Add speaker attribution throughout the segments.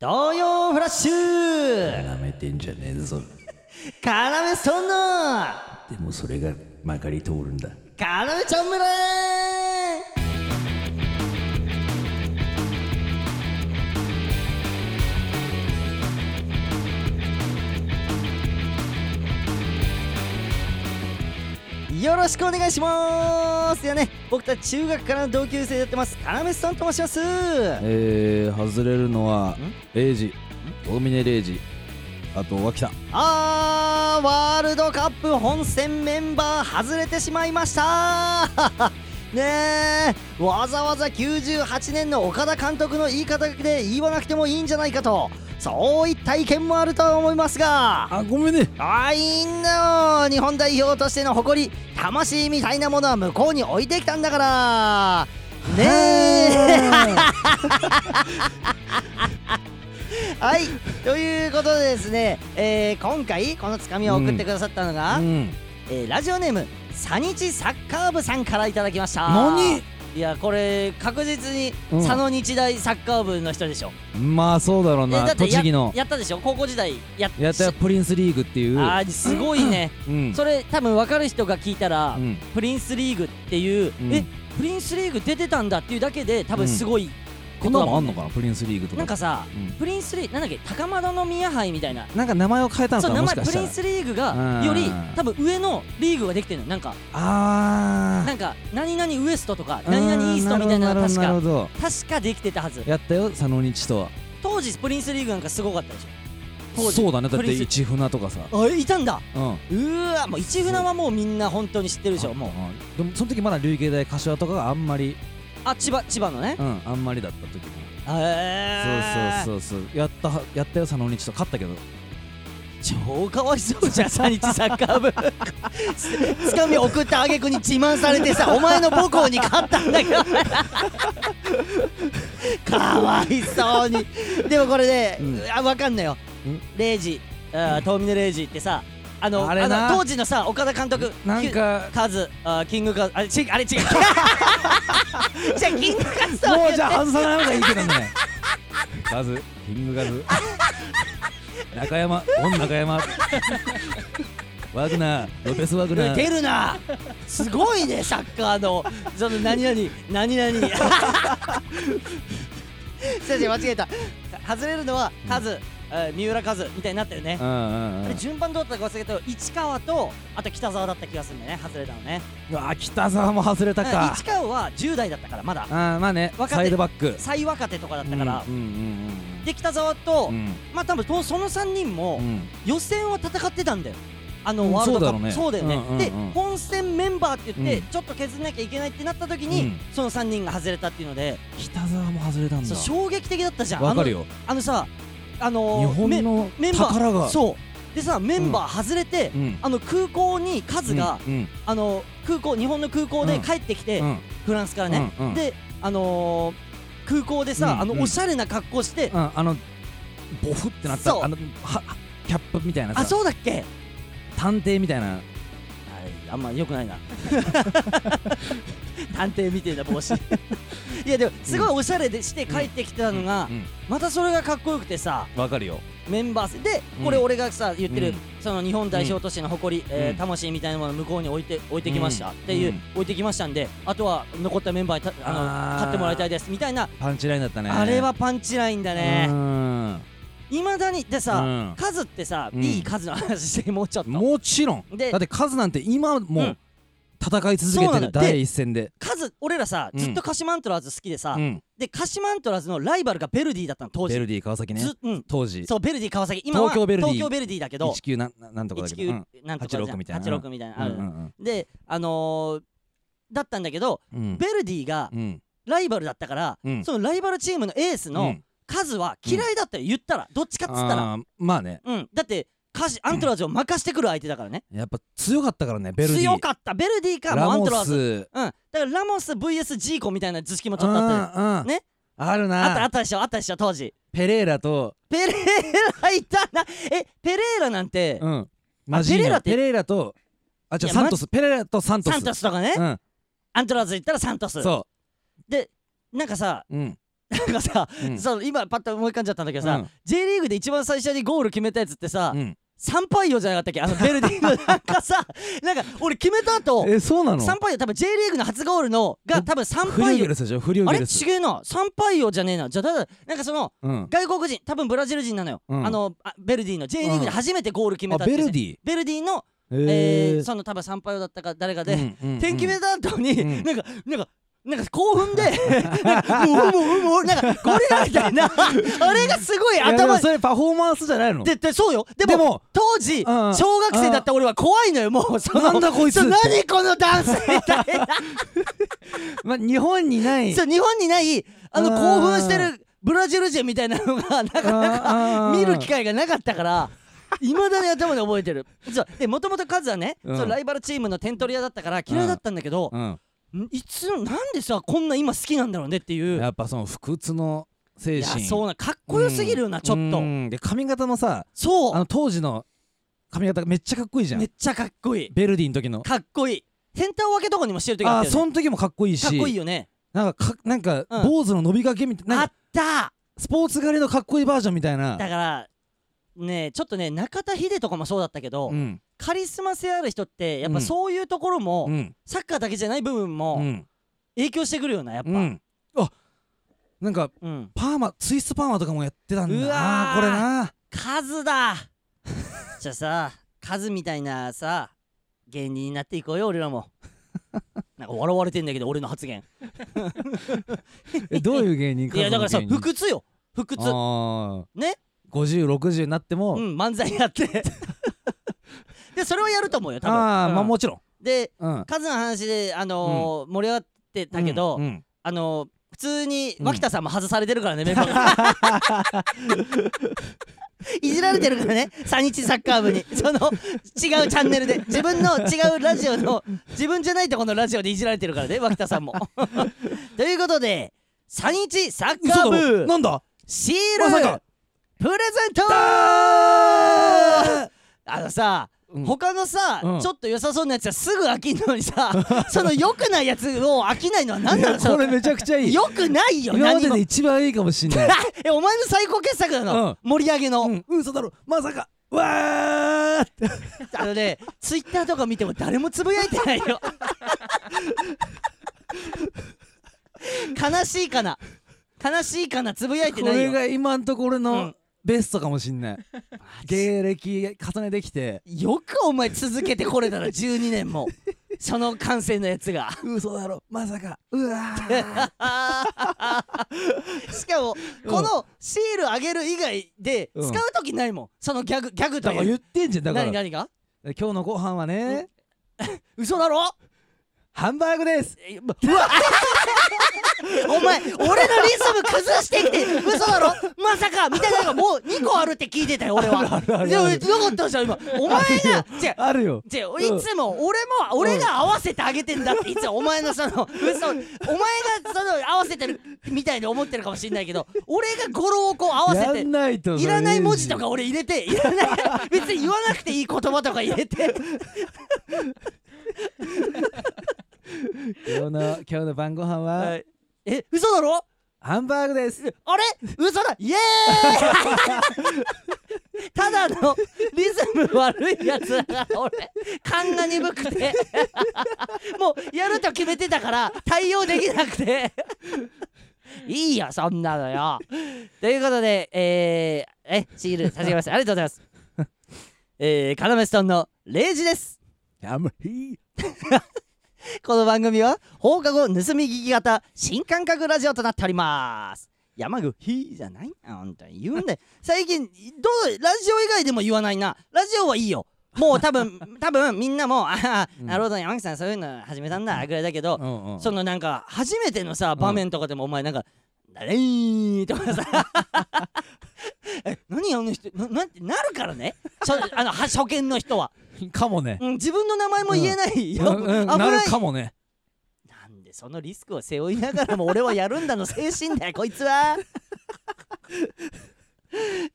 Speaker 1: 東洋フラッシュ
Speaker 2: なめてんじゃねえぞ
Speaker 1: 絡めそんな
Speaker 2: でもそれが曲がり通るんだ
Speaker 1: 絡めちゃんむれよろしくお願いしますやね僕たち中学からの同級生でやってますカラメスさんと申します
Speaker 2: えー、外れるのはレイジ大峰レイジあと脇さん
Speaker 1: あーワールドカップ本戦メンバー外れてしまいました ねえわざわざ98年の岡田監督の言い方で言わなくてもいいんじゃないかとそういった意見もあるとは思いますが
Speaker 2: あごめんね
Speaker 1: あいいんだよ日本代表としての誇り魂みたいなものは向こうに置いてきたんだからねえ はいということでですね、えー今回このつかみを送ってくださったのが、
Speaker 2: うん
Speaker 1: えーラジオネームサニチサッカー部さんからいただきました
Speaker 2: 何
Speaker 1: いやこれ確実に
Speaker 2: うん
Speaker 1: 佐野日大サッカー部の人でしょ、
Speaker 2: まあそうだろう
Speaker 1: え
Speaker 2: な
Speaker 1: だって
Speaker 2: 栃
Speaker 1: や
Speaker 2: 木の
Speaker 1: やったでしょ高校時代やっ
Speaker 2: やったプリンスリーグっていう
Speaker 1: あーすごいね
Speaker 2: うん
Speaker 1: それ多分分かる人が聞いたら、
Speaker 2: うん
Speaker 1: プリンスリーグっていう、
Speaker 2: うん
Speaker 1: えプリンスリーグ出てたんだっていうだけで多分すごい
Speaker 2: こ
Speaker 1: こ
Speaker 2: ん
Speaker 1: と
Speaker 2: な
Speaker 1: だ
Speaker 2: の
Speaker 1: も
Speaker 2: あ
Speaker 1: ん,、
Speaker 2: んのかなプリンスリーグとか
Speaker 1: なんかさ、
Speaker 2: うん
Speaker 1: プリンスリーなんだっけ高窓宮杯みたいな
Speaker 2: なんか名前を変えたの
Speaker 1: そ
Speaker 2: か
Speaker 1: う
Speaker 2: な
Speaker 1: 名
Speaker 2: もし
Speaker 1: 前プ
Speaker 2: かし
Speaker 1: リ
Speaker 2: たら
Speaker 1: ンスリーグ
Speaker 2: う
Speaker 1: が
Speaker 2: ん
Speaker 1: より多分上のリーグができてるのなんか
Speaker 2: あ
Speaker 1: なんか何々ウエストとか
Speaker 2: ー
Speaker 1: 何々イーストみたいなの
Speaker 2: うん
Speaker 1: が確
Speaker 2: るほどなるほ
Speaker 1: か
Speaker 2: ど
Speaker 1: 確かできてたはず
Speaker 2: やったよ佐野日とは
Speaker 1: 当時プリンスリーグなんかすごかったでしょ当時
Speaker 2: そうだねだっ
Speaker 1: プ
Speaker 2: て
Speaker 1: リンス
Speaker 2: 一船とかさ
Speaker 1: あいたんだ
Speaker 2: うん
Speaker 1: うーわもう一船はもうみんな本当に知ってるでしょもう
Speaker 2: うんでもその時まだ累計大柏とかがあんまり
Speaker 1: あ千葉千葉のね
Speaker 2: うんあんまりだった時に
Speaker 1: へー
Speaker 2: そうそうそうそうやったはやったよ佐野日と勝ったけど
Speaker 1: 超かわいそうじゃんサニチサッカー部 つかみ送った挙句に自慢されてさお前の母校に勝ったんだけど かわいそうにでもこれね、
Speaker 2: うん
Speaker 1: あ分かんないよレイジあー遠峰レイジってさあの
Speaker 2: あれな
Speaker 1: の当時のさ岡田監督
Speaker 2: なんか
Speaker 1: キュカズあーキングカズあれち あれ違う じゃあキングカズとは
Speaker 2: も
Speaker 1: 言っ
Speaker 2: う
Speaker 1: て
Speaker 2: じゃあ外さない方がいいけ どねガズキングガズ中山オン中山ワグナーロペスワグナ
Speaker 1: 出
Speaker 2: ー
Speaker 1: るなすごいねサッカーのその何々何々 先生間違えた外れるのはカズ、えー三浦カズみたいになったよね
Speaker 2: う、んうん
Speaker 1: あ
Speaker 2: う
Speaker 1: れ
Speaker 2: ん
Speaker 1: 順番どうだったか忘れたけど市川とあと北沢だった気がするんだよね外れたのね
Speaker 2: うわ北沢も外れた
Speaker 1: うん
Speaker 2: か
Speaker 1: 市川は10代だったからまだ
Speaker 2: あーまあね
Speaker 1: 若手
Speaker 2: サイドバック
Speaker 1: 最若手とかだったから、
Speaker 2: うんうん
Speaker 1: で北沢と、
Speaker 2: うんうん
Speaker 1: まあ多分とその3人も
Speaker 2: うんうん
Speaker 1: 予選を戦ってたんだよあ
Speaker 2: う
Speaker 1: の
Speaker 2: ん
Speaker 1: ワールドカップ、
Speaker 2: そうだろうね
Speaker 1: よね、
Speaker 2: うんうんうん
Speaker 1: で本戦メンバーって言って、
Speaker 2: うん
Speaker 1: ちょっと削んなきゃいけないってなった時に、
Speaker 2: うん
Speaker 1: その3人が外れたっていうので、
Speaker 2: 北沢も外れたん
Speaker 1: そう
Speaker 2: だ
Speaker 1: 衝撃的だったじゃん
Speaker 2: わかるよ
Speaker 1: あのあのさあ
Speaker 2: 日
Speaker 1: のー
Speaker 2: 本
Speaker 1: メ
Speaker 2: の
Speaker 1: メンバー
Speaker 2: 宝が
Speaker 1: そうでさメンバー外れて、
Speaker 2: うん
Speaker 1: あの空港にカズが、
Speaker 2: うんうん
Speaker 1: あの空港日本の空港で
Speaker 2: うん
Speaker 1: 帰ってきて、
Speaker 2: うん
Speaker 1: フランスからね、
Speaker 2: うんうん
Speaker 1: であのー空港でさ、
Speaker 2: うん
Speaker 1: あの
Speaker 2: うん
Speaker 1: おしゃれな格好して、
Speaker 2: うんあのボフってなった
Speaker 1: そう
Speaker 2: あのははキャップみたいな
Speaker 1: あ
Speaker 2: さ
Speaker 1: そうだっけ
Speaker 2: 探偵みたいな
Speaker 1: はいあんま良くないな 探偵みてえな 帽子いやでもすごいおしゃれでして帰ってきてたのが、
Speaker 2: うんうん
Speaker 1: またそれがかっこよくてさ
Speaker 2: わかるよ
Speaker 1: メンバーで
Speaker 2: うん
Speaker 1: これ俺がさ言ってる、
Speaker 2: うん
Speaker 1: その日本代表としての誇り、えー
Speaker 2: うん
Speaker 1: 魂みたいなものを向こうに置いて置いてきました、
Speaker 2: うん
Speaker 1: っていう、
Speaker 2: うん
Speaker 1: 置いてきましたんであとは残ったメンバーにたあの
Speaker 2: あー
Speaker 1: 買ってもらいたいですみたいな、
Speaker 2: パンチラインだったね
Speaker 1: あれはパンチラインだ
Speaker 2: う
Speaker 1: ね
Speaker 2: ん
Speaker 1: いまだにでさ、
Speaker 2: うん
Speaker 1: 数ってさ、
Speaker 2: うん
Speaker 1: いい数の話してもうちょっと
Speaker 2: もちろん
Speaker 1: で
Speaker 2: だってカズなんて今
Speaker 1: う
Speaker 2: も
Speaker 1: ん
Speaker 2: 戦い続け
Speaker 1: そうな
Speaker 2: て
Speaker 1: の
Speaker 2: る
Speaker 1: よ
Speaker 2: 第一線で
Speaker 1: 数俺らさずっと
Speaker 2: うん
Speaker 1: 鹿島アントラーズ好きでさ、
Speaker 2: うん
Speaker 1: で鹿島アントラーズのライバルがベルディだったの当時
Speaker 2: ベルディ川崎ね
Speaker 1: ずうん、
Speaker 2: 当時
Speaker 1: そうベルディ川崎今は
Speaker 2: 東京ベルディ
Speaker 1: 東京ベルディだけど
Speaker 2: 19なんなんなんとかだけど
Speaker 1: 19
Speaker 2: うん
Speaker 1: なんとかじゃん
Speaker 2: 86みたいな
Speaker 1: 86みたいなあ
Speaker 2: う
Speaker 1: る、
Speaker 2: ん
Speaker 1: であのー、だったんだけど
Speaker 2: うんうん
Speaker 1: ベルディが
Speaker 2: うん
Speaker 1: ライバルだったから、
Speaker 2: うん
Speaker 1: そのライバルチームのエース
Speaker 2: う
Speaker 1: の
Speaker 2: ん
Speaker 1: 数は嫌いだったよ、言ったらどっちかっつったら
Speaker 2: あーまあね
Speaker 1: うんだってカシアントラーズを任してくる相手だからね
Speaker 2: やっぱ強かったからねベルディ
Speaker 1: 強かったベルディかもう
Speaker 2: ラ
Speaker 1: アン
Speaker 2: モ
Speaker 1: トラーズ
Speaker 2: ス
Speaker 1: うんだからラモス VS ジーコみたいな図式もちょっとあったよ
Speaker 2: あ
Speaker 1: ね
Speaker 2: ある
Speaker 1: あったあ
Speaker 2: な
Speaker 1: ったでしょあったでしょ当時
Speaker 2: ペレーラと
Speaker 1: ペレーラいたなえペレーラなんて、
Speaker 2: うん
Speaker 1: あ
Speaker 2: マジーニャ
Speaker 1: ペレーラって
Speaker 2: ペレーラとあじゃ
Speaker 1: いやマ
Speaker 2: サントスペレーラとサントス
Speaker 1: サントスとかね、
Speaker 2: うん
Speaker 1: アントラーズ行ったらサントス
Speaker 2: そ
Speaker 1: なんかさ
Speaker 2: ううん
Speaker 1: なんかさ、
Speaker 2: うん
Speaker 1: その今パッと思い浮かんじゃったんだけどさ、
Speaker 2: うん
Speaker 1: J リーグで一番最初にゴール決めたやつってさ、
Speaker 2: うん
Speaker 1: サンパイオじゃなかったっけあのベルディ のなんかさなんか俺決めた後
Speaker 2: えそうなの
Speaker 1: サンパイオ多分 J リーグの初ゴールのが多分サン
Speaker 2: フ
Speaker 1: パ
Speaker 2: リュー
Speaker 1: イ
Speaker 2: ゲ
Speaker 1: オ
Speaker 2: ルスでしょフリュー
Speaker 1: あれ
Speaker 2: ゲルス
Speaker 1: 違えなサンパイオじゃねえなじゃあただなんかその
Speaker 2: うん
Speaker 1: 外国人多分ブラジル人なのよ、
Speaker 2: うん
Speaker 1: あのあベルディの J リーグで初めてゴール決め
Speaker 2: あ
Speaker 1: たってい
Speaker 2: ベ
Speaker 1: うね、
Speaker 2: ルディ
Speaker 1: ベルディの、え
Speaker 2: へ
Speaker 1: ーその多分サンパイオだったか誰かで、
Speaker 2: うんうんうん
Speaker 1: 点決めた後に、
Speaker 2: うん
Speaker 1: なんかなんかなんか興奮で なんかもうもうもうなんかゴリラみ たいなあれがすごい
Speaker 2: いやで
Speaker 1: 頭
Speaker 2: も
Speaker 1: に
Speaker 2: それパフォーマンスじゃないの
Speaker 1: ででそうよでも
Speaker 2: でも
Speaker 1: 当時
Speaker 2: うん
Speaker 1: 小学生だった俺は怖いのよもうその
Speaker 2: なんだこいつ
Speaker 1: そう何このダンスみたいな
Speaker 2: まあ日本にない
Speaker 1: そう日本にないあの
Speaker 2: う
Speaker 1: 興
Speaker 2: ん
Speaker 1: 奮してるブラジル人みたいなのがなんか
Speaker 2: あー
Speaker 1: 見る機会がなかったから。いまだに頭で覚えてるそうでもともとカズはね、
Speaker 2: うん
Speaker 1: そうライバルチームの点取り屋だったから嫌いだったんだけど、
Speaker 2: うん
Speaker 1: んいつなんでさこんな今好きなんだろうねっていう
Speaker 2: やっぱその不屈の精
Speaker 1: いや
Speaker 2: 神
Speaker 1: そうなかっこよすぎるよな、ちょっと
Speaker 2: とで髪型もさあ
Speaker 1: そ
Speaker 2: の当時の髪型めっちゃかっこいいじ
Speaker 1: う
Speaker 2: ゃ
Speaker 1: め
Speaker 2: ん
Speaker 1: っちゃかっこいい
Speaker 2: ベルディの時の
Speaker 1: かっこいいセンター分けとかにもしてる時あっ
Speaker 2: ああ
Speaker 1: たよ、
Speaker 2: そ
Speaker 1: ね、
Speaker 2: の時もかっこいいし
Speaker 1: かっこいいよね
Speaker 2: なんかかなんか
Speaker 1: うん
Speaker 2: 坊主の伸びかけみたいな
Speaker 1: あ
Speaker 2: なん
Speaker 1: っ
Speaker 2: か
Speaker 1: た
Speaker 2: スポーツ狩りのかっこいいバージョンみたいな
Speaker 1: だからねちょっとね中田秀とかもそうだったけど、
Speaker 2: うん
Speaker 1: カリスマ性ある人ってやっぱ
Speaker 2: うん
Speaker 1: そういうところも、
Speaker 2: うん
Speaker 1: サッカーだけじゃない部分
Speaker 2: う
Speaker 1: も
Speaker 2: ん
Speaker 1: 影響してくるよなやっぱ、
Speaker 2: う
Speaker 1: うん
Speaker 2: んあなんかパーマツイストパーマとかもやってたんだ
Speaker 1: う
Speaker 2: な
Speaker 1: わー
Speaker 2: これな
Speaker 1: カズだ じゃあさカズみたいなさ芸人になっていこうよ俺ら もなんか笑われてんだけど俺の発言
Speaker 2: えどういう芸人
Speaker 1: いやだからさ不
Speaker 2: 屈
Speaker 1: 屈よ不屈ね
Speaker 2: ね5060になっても、
Speaker 1: うん、漫才やってでそれはやると思うよ多分
Speaker 2: ああ、まあ
Speaker 1: うん
Speaker 2: もちろん、
Speaker 1: で
Speaker 2: うん、
Speaker 1: 数の話で、あのー盛り上がってたけど、
Speaker 2: うんうん
Speaker 1: あのー普通に
Speaker 2: うん
Speaker 1: 脇田さんも外されてるから ね、メンバーがいじられてるからね三日サッカー部にその違うチャンネルで自分の違うラジオの自分じゃないとこのラジオでいじられてるからね脇田さん もということで三日サッカー
Speaker 2: 嘘だろ
Speaker 1: 部
Speaker 2: なんだ
Speaker 1: シー
Speaker 2: まさ
Speaker 1: ル
Speaker 2: か
Speaker 1: プレゼントあのさ、
Speaker 2: うん
Speaker 1: 他のさ、
Speaker 2: うん
Speaker 1: ちょっと良さそうなやつはすぐ飽きんのにさその良くないやつを飽きないのは何なの
Speaker 2: これめちゃくちゃいい
Speaker 1: 良くないよ
Speaker 2: 今ま
Speaker 1: 何
Speaker 2: で
Speaker 1: も
Speaker 2: で一番いいかもしんない
Speaker 1: えお前の最高傑作なの、盛り上げの、
Speaker 2: うん嘘だろまさかわーって
Speaker 1: あのねツイッターとか見ても誰もつぶやいてないよ 悲しいかな悲しいかなつぶやいて
Speaker 2: こ
Speaker 1: ない
Speaker 2: れ
Speaker 1: よ
Speaker 2: が今んとこ俺
Speaker 1: う
Speaker 2: の
Speaker 1: ん
Speaker 2: ベストかもしんない、芸歴重ねてきて
Speaker 1: よくお前続けてこれたら12年もその感性のやつが
Speaker 2: 嘘だろまさかうわ ー
Speaker 1: しかも
Speaker 2: うん
Speaker 1: このシールあげる以外で
Speaker 2: うん
Speaker 1: 使う時ないもんそのギャグギャグと
Speaker 2: だから
Speaker 1: い
Speaker 2: 言
Speaker 1: う
Speaker 2: ってんじゃんだから
Speaker 1: 何何が
Speaker 2: 今日のご飯はね
Speaker 1: 嘘だろ
Speaker 2: ハンバーグです
Speaker 1: えまうわお前俺のリズム崩してきて嘘だろまさかみたいなのがもう2個あるって聞いてたよ俺は
Speaker 2: あるあるある
Speaker 1: でもよかったじゃん今お前が違う
Speaker 2: あるよ
Speaker 1: じゃ
Speaker 2: うん
Speaker 1: いつも俺も俺が合わせてあげてんだっていつもお前のその嘘お前がその合わせてるみたいに思ってるかもしれないけど俺が語呂をこう合わせ
Speaker 2: や
Speaker 1: て
Speaker 2: んないと
Speaker 1: いらない文字とか俺入れていらない別に言わなくていい言葉とか入れて
Speaker 2: 今日の今日の晩ご飯は、
Speaker 1: はいえ嘘だろ
Speaker 2: ハンバーグです
Speaker 1: あれ嘘だイエーイ ただのリズム悪いやつだから俺勘が鈍くて もうやると決めてたから対応できなくて いいよそんなのよということでえー、えシール差し上げますありがとうございます えー、カラメストンのレイジです
Speaker 2: やむひ
Speaker 1: この番組は放課後盗み聞き型新感覚ラジオとなっております山口じゃないな本当に言うんだ よ最近どうラジオ以外でも言わないなラジオはいいよもう多分多分みんなもああ
Speaker 2: うん
Speaker 1: なるほど山口さんそういうの始めたんだぐらいだけど、
Speaker 2: うんうん
Speaker 1: そのなんか初めてのさ場面とかでもお前なんか「だれー」とかさ え何あの人ななんてなるからねそあのは初見の人は、
Speaker 2: かもね
Speaker 1: うん、自分の名前も言えないよ、
Speaker 2: うんうん
Speaker 1: 危
Speaker 2: な
Speaker 1: ない
Speaker 2: るかもね
Speaker 1: なんでそのリスクを背負いながらも俺はやるんだの精神だよこいつは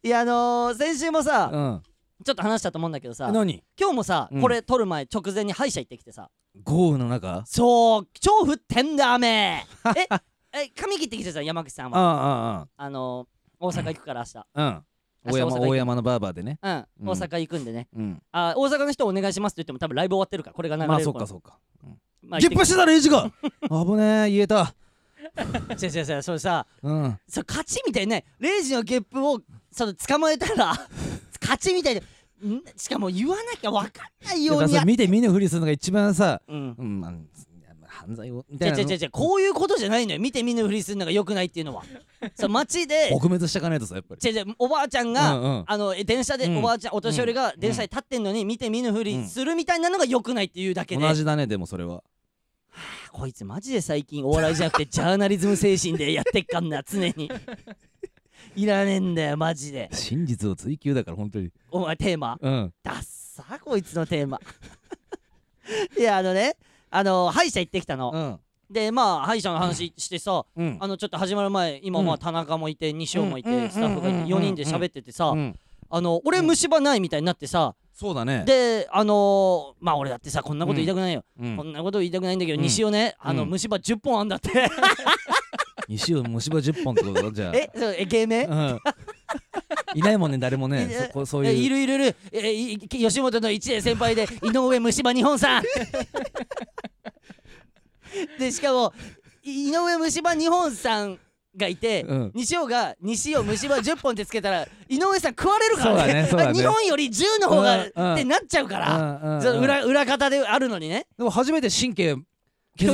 Speaker 1: いやあのー先週もさ、
Speaker 2: うん
Speaker 1: ちょっと話したと思うんだけどさ
Speaker 2: 何
Speaker 1: 今日もさ、
Speaker 2: うん
Speaker 1: これ撮る前直前に歯医者行ってきてさ
Speaker 2: 豪雨の中
Speaker 1: そう超降ってんだ雨ええ髪切ってきてたじゃん山口さんは
Speaker 2: ああ
Speaker 1: あの大阪行くから明日
Speaker 2: ああうん
Speaker 1: 明
Speaker 2: 大
Speaker 1: 日
Speaker 2: 山
Speaker 1: 大阪行く
Speaker 2: 大山のバーバーでね
Speaker 1: うん、
Speaker 2: うん
Speaker 1: 大阪行くんでね
Speaker 2: うん
Speaker 1: あ大阪の人お願いしますって言っても多分ライブ終わってるからこれが流れる
Speaker 2: ま
Speaker 1: ら
Speaker 2: あそっかそっかうん
Speaker 1: まあ
Speaker 2: ゲップしてたらいい時間 危ねえ言えた
Speaker 1: 違う違う違うそれさ
Speaker 2: うん
Speaker 1: それ勝ちみたいにねレイジのゲップをその捕まえたら 勝ちみたいでんしかも言わなきゃ分かんないよう
Speaker 2: だから
Speaker 1: に
Speaker 2: そ
Speaker 1: や
Speaker 2: れ見て見ぬふりするのが一番さ
Speaker 1: うん
Speaker 2: うんまあやまあ犯罪をみ
Speaker 1: 違
Speaker 2: たいうな
Speaker 1: 違う違う違うこういうことじゃないのよ見て見ぬふりするのが良くないっていうのはそう街で
Speaker 2: 撲滅していかないとさやっぱり
Speaker 1: 違う違うおばあちゃんが、
Speaker 2: うんうん
Speaker 1: あのえ電車で、
Speaker 2: うん
Speaker 1: おばあちゃんお年寄りが電車で立ってんのに見て見ぬふりするみたいなのが良くないっていうだけで、
Speaker 2: 同じだねでもそれは
Speaker 1: こいつマジで最近お笑いじゃなくてジャーナリズム精神でやってっかんな常 にいらねえんだよマジで
Speaker 2: 真実を追求だから本当に
Speaker 1: お前テーマ
Speaker 2: うん
Speaker 1: ダッサこいつのテーマいやあのねあの歯医者行ってきたの、
Speaker 2: うん
Speaker 1: でまあ歯医者の話してさ
Speaker 2: うん
Speaker 1: あのちょっと始まる前今
Speaker 2: うん
Speaker 1: まあ田中もいて西尾もいて
Speaker 2: うん
Speaker 1: スタッフがいて
Speaker 2: うん
Speaker 1: 4人で喋っててさ
Speaker 2: うん
Speaker 1: あの俺虫歯ないみたいになってさ
Speaker 2: そうだね
Speaker 1: であのーまあ俺だってさこんなこと言いたくないよ
Speaker 2: うん
Speaker 1: こんなこと言いたくないんだけど
Speaker 2: うん
Speaker 1: 西尾ねあの
Speaker 2: うん
Speaker 1: 虫歯10本あんだって
Speaker 2: 西尾虫歯10本ってことだじゃあ
Speaker 1: えそうえ芸名
Speaker 2: うん いないもんね誰もね
Speaker 1: い
Speaker 2: そこそう
Speaker 1: え
Speaker 2: い
Speaker 1: いうるいるいるえい吉本の一年先輩 で井上虫歯日本さんでしかもい井上虫歯日本さんがいて、
Speaker 2: うん
Speaker 1: 西尾が西尾虫歯10本ってつけたら井上さん食われるか
Speaker 2: そう
Speaker 1: ら
Speaker 2: だ
Speaker 1: ね
Speaker 2: ねそうだね
Speaker 1: 日本より10の方が、
Speaker 2: うんうん
Speaker 1: ってなっちゃうから、
Speaker 2: うんうん
Speaker 1: その
Speaker 2: うん
Speaker 1: 裏裏方であるのにね
Speaker 2: でも初めて神経削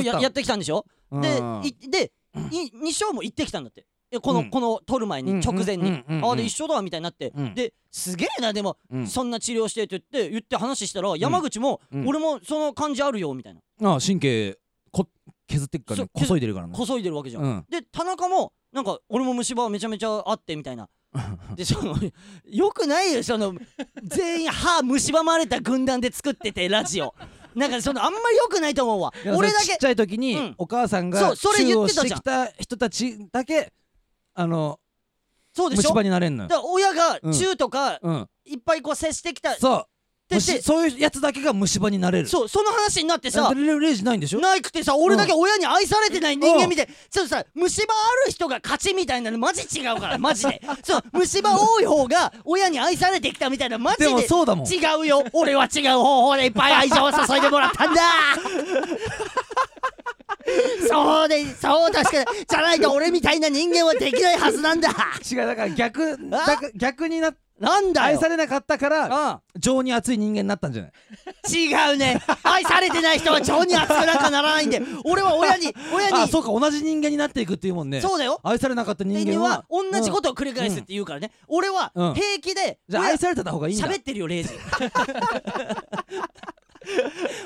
Speaker 1: 今
Speaker 2: っ
Speaker 1: 日
Speaker 2: た
Speaker 1: ややってきたんでしょ、
Speaker 2: うん
Speaker 1: でいでい西尾も行ってきたんだっていやこの、
Speaker 2: うん
Speaker 1: この取る前
Speaker 2: う
Speaker 1: に
Speaker 2: ん
Speaker 1: 直前に、
Speaker 2: うんうん
Speaker 1: ああで一緒だみたいになって、
Speaker 2: うん
Speaker 1: ですげえなでも
Speaker 2: うん
Speaker 1: そんな治療してって言って言って話したら山口も
Speaker 2: うん
Speaker 1: 俺もその感じあるよみたいな
Speaker 2: ああ神経こ削ってっからね
Speaker 1: そう
Speaker 2: こそいでるからね
Speaker 1: こそいでるわけじゃん、
Speaker 2: うん
Speaker 1: で田中もなんか俺も虫歯めちゃめちゃあってみたいな でそのよくないよその全員歯虫歯まれた軍団で作っててラジオなんかそのあんまりよくないと思うわ
Speaker 2: でも
Speaker 1: 俺
Speaker 2: そ
Speaker 1: だ
Speaker 2: れちっ
Speaker 1: け
Speaker 2: ちゃい時に、
Speaker 1: うん
Speaker 2: お母さん
Speaker 1: そ
Speaker 2: が
Speaker 1: うそれ
Speaker 2: チュー
Speaker 1: 言っ
Speaker 2: を
Speaker 1: てた
Speaker 2: して
Speaker 1: じゃん
Speaker 2: きた人たちだけあの
Speaker 1: そうでし
Speaker 2: 虫
Speaker 1: ょ
Speaker 2: 歯
Speaker 1: だか
Speaker 2: になれんのよ
Speaker 1: ら親が
Speaker 2: うん
Speaker 1: 中とか
Speaker 2: うん
Speaker 1: いっぱいこう接してきた、
Speaker 2: そう
Speaker 1: でで
Speaker 2: 虫そういうやつだけが虫歯になれる
Speaker 1: そうその話になってさ
Speaker 2: レレレイジないんでしょ
Speaker 1: なくてさ俺だけ親に愛されてない人間みたいちょっとさ虫歯ある人が勝ちみたいなのマジ違う からマジでそう虫歯多い方が親に愛されてきたみたいなマジ
Speaker 2: で
Speaker 1: で
Speaker 2: もそうだもん
Speaker 1: 違うよ俺は違う方法でいっぱい愛情を注いでもらった んだそうでそう確かにじゃないと俺みたいな人間はできないはずなんだ
Speaker 2: 違うだから逆だから逆にな
Speaker 1: なんだ
Speaker 2: 愛
Speaker 1: よ
Speaker 2: されなかったから
Speaker 1: あ
Speaker 2: 情に熱い人間になったんじゃない
Speaker 1: 違うね愛されてない人は情に熱くなんかならないんで俺は親に親
Speaker 2: あ
Speaker 1: に
Speaker 2: そうか同じ人間になっていくっていうもんね
Speaker 1: そうだよ
Speaker 2: 愛されなかった人
Speaker 1: 人間
Speaker 2: 間は、
Speaker 1: は同じこととを繰り返すって言うからね、俺は
Speaker 2: うん
Speaker 1: 平気で、
Speaker 2: うんじゃあ愛されてた方がいいんだ
Speaker 1: 喋ってるよレイジ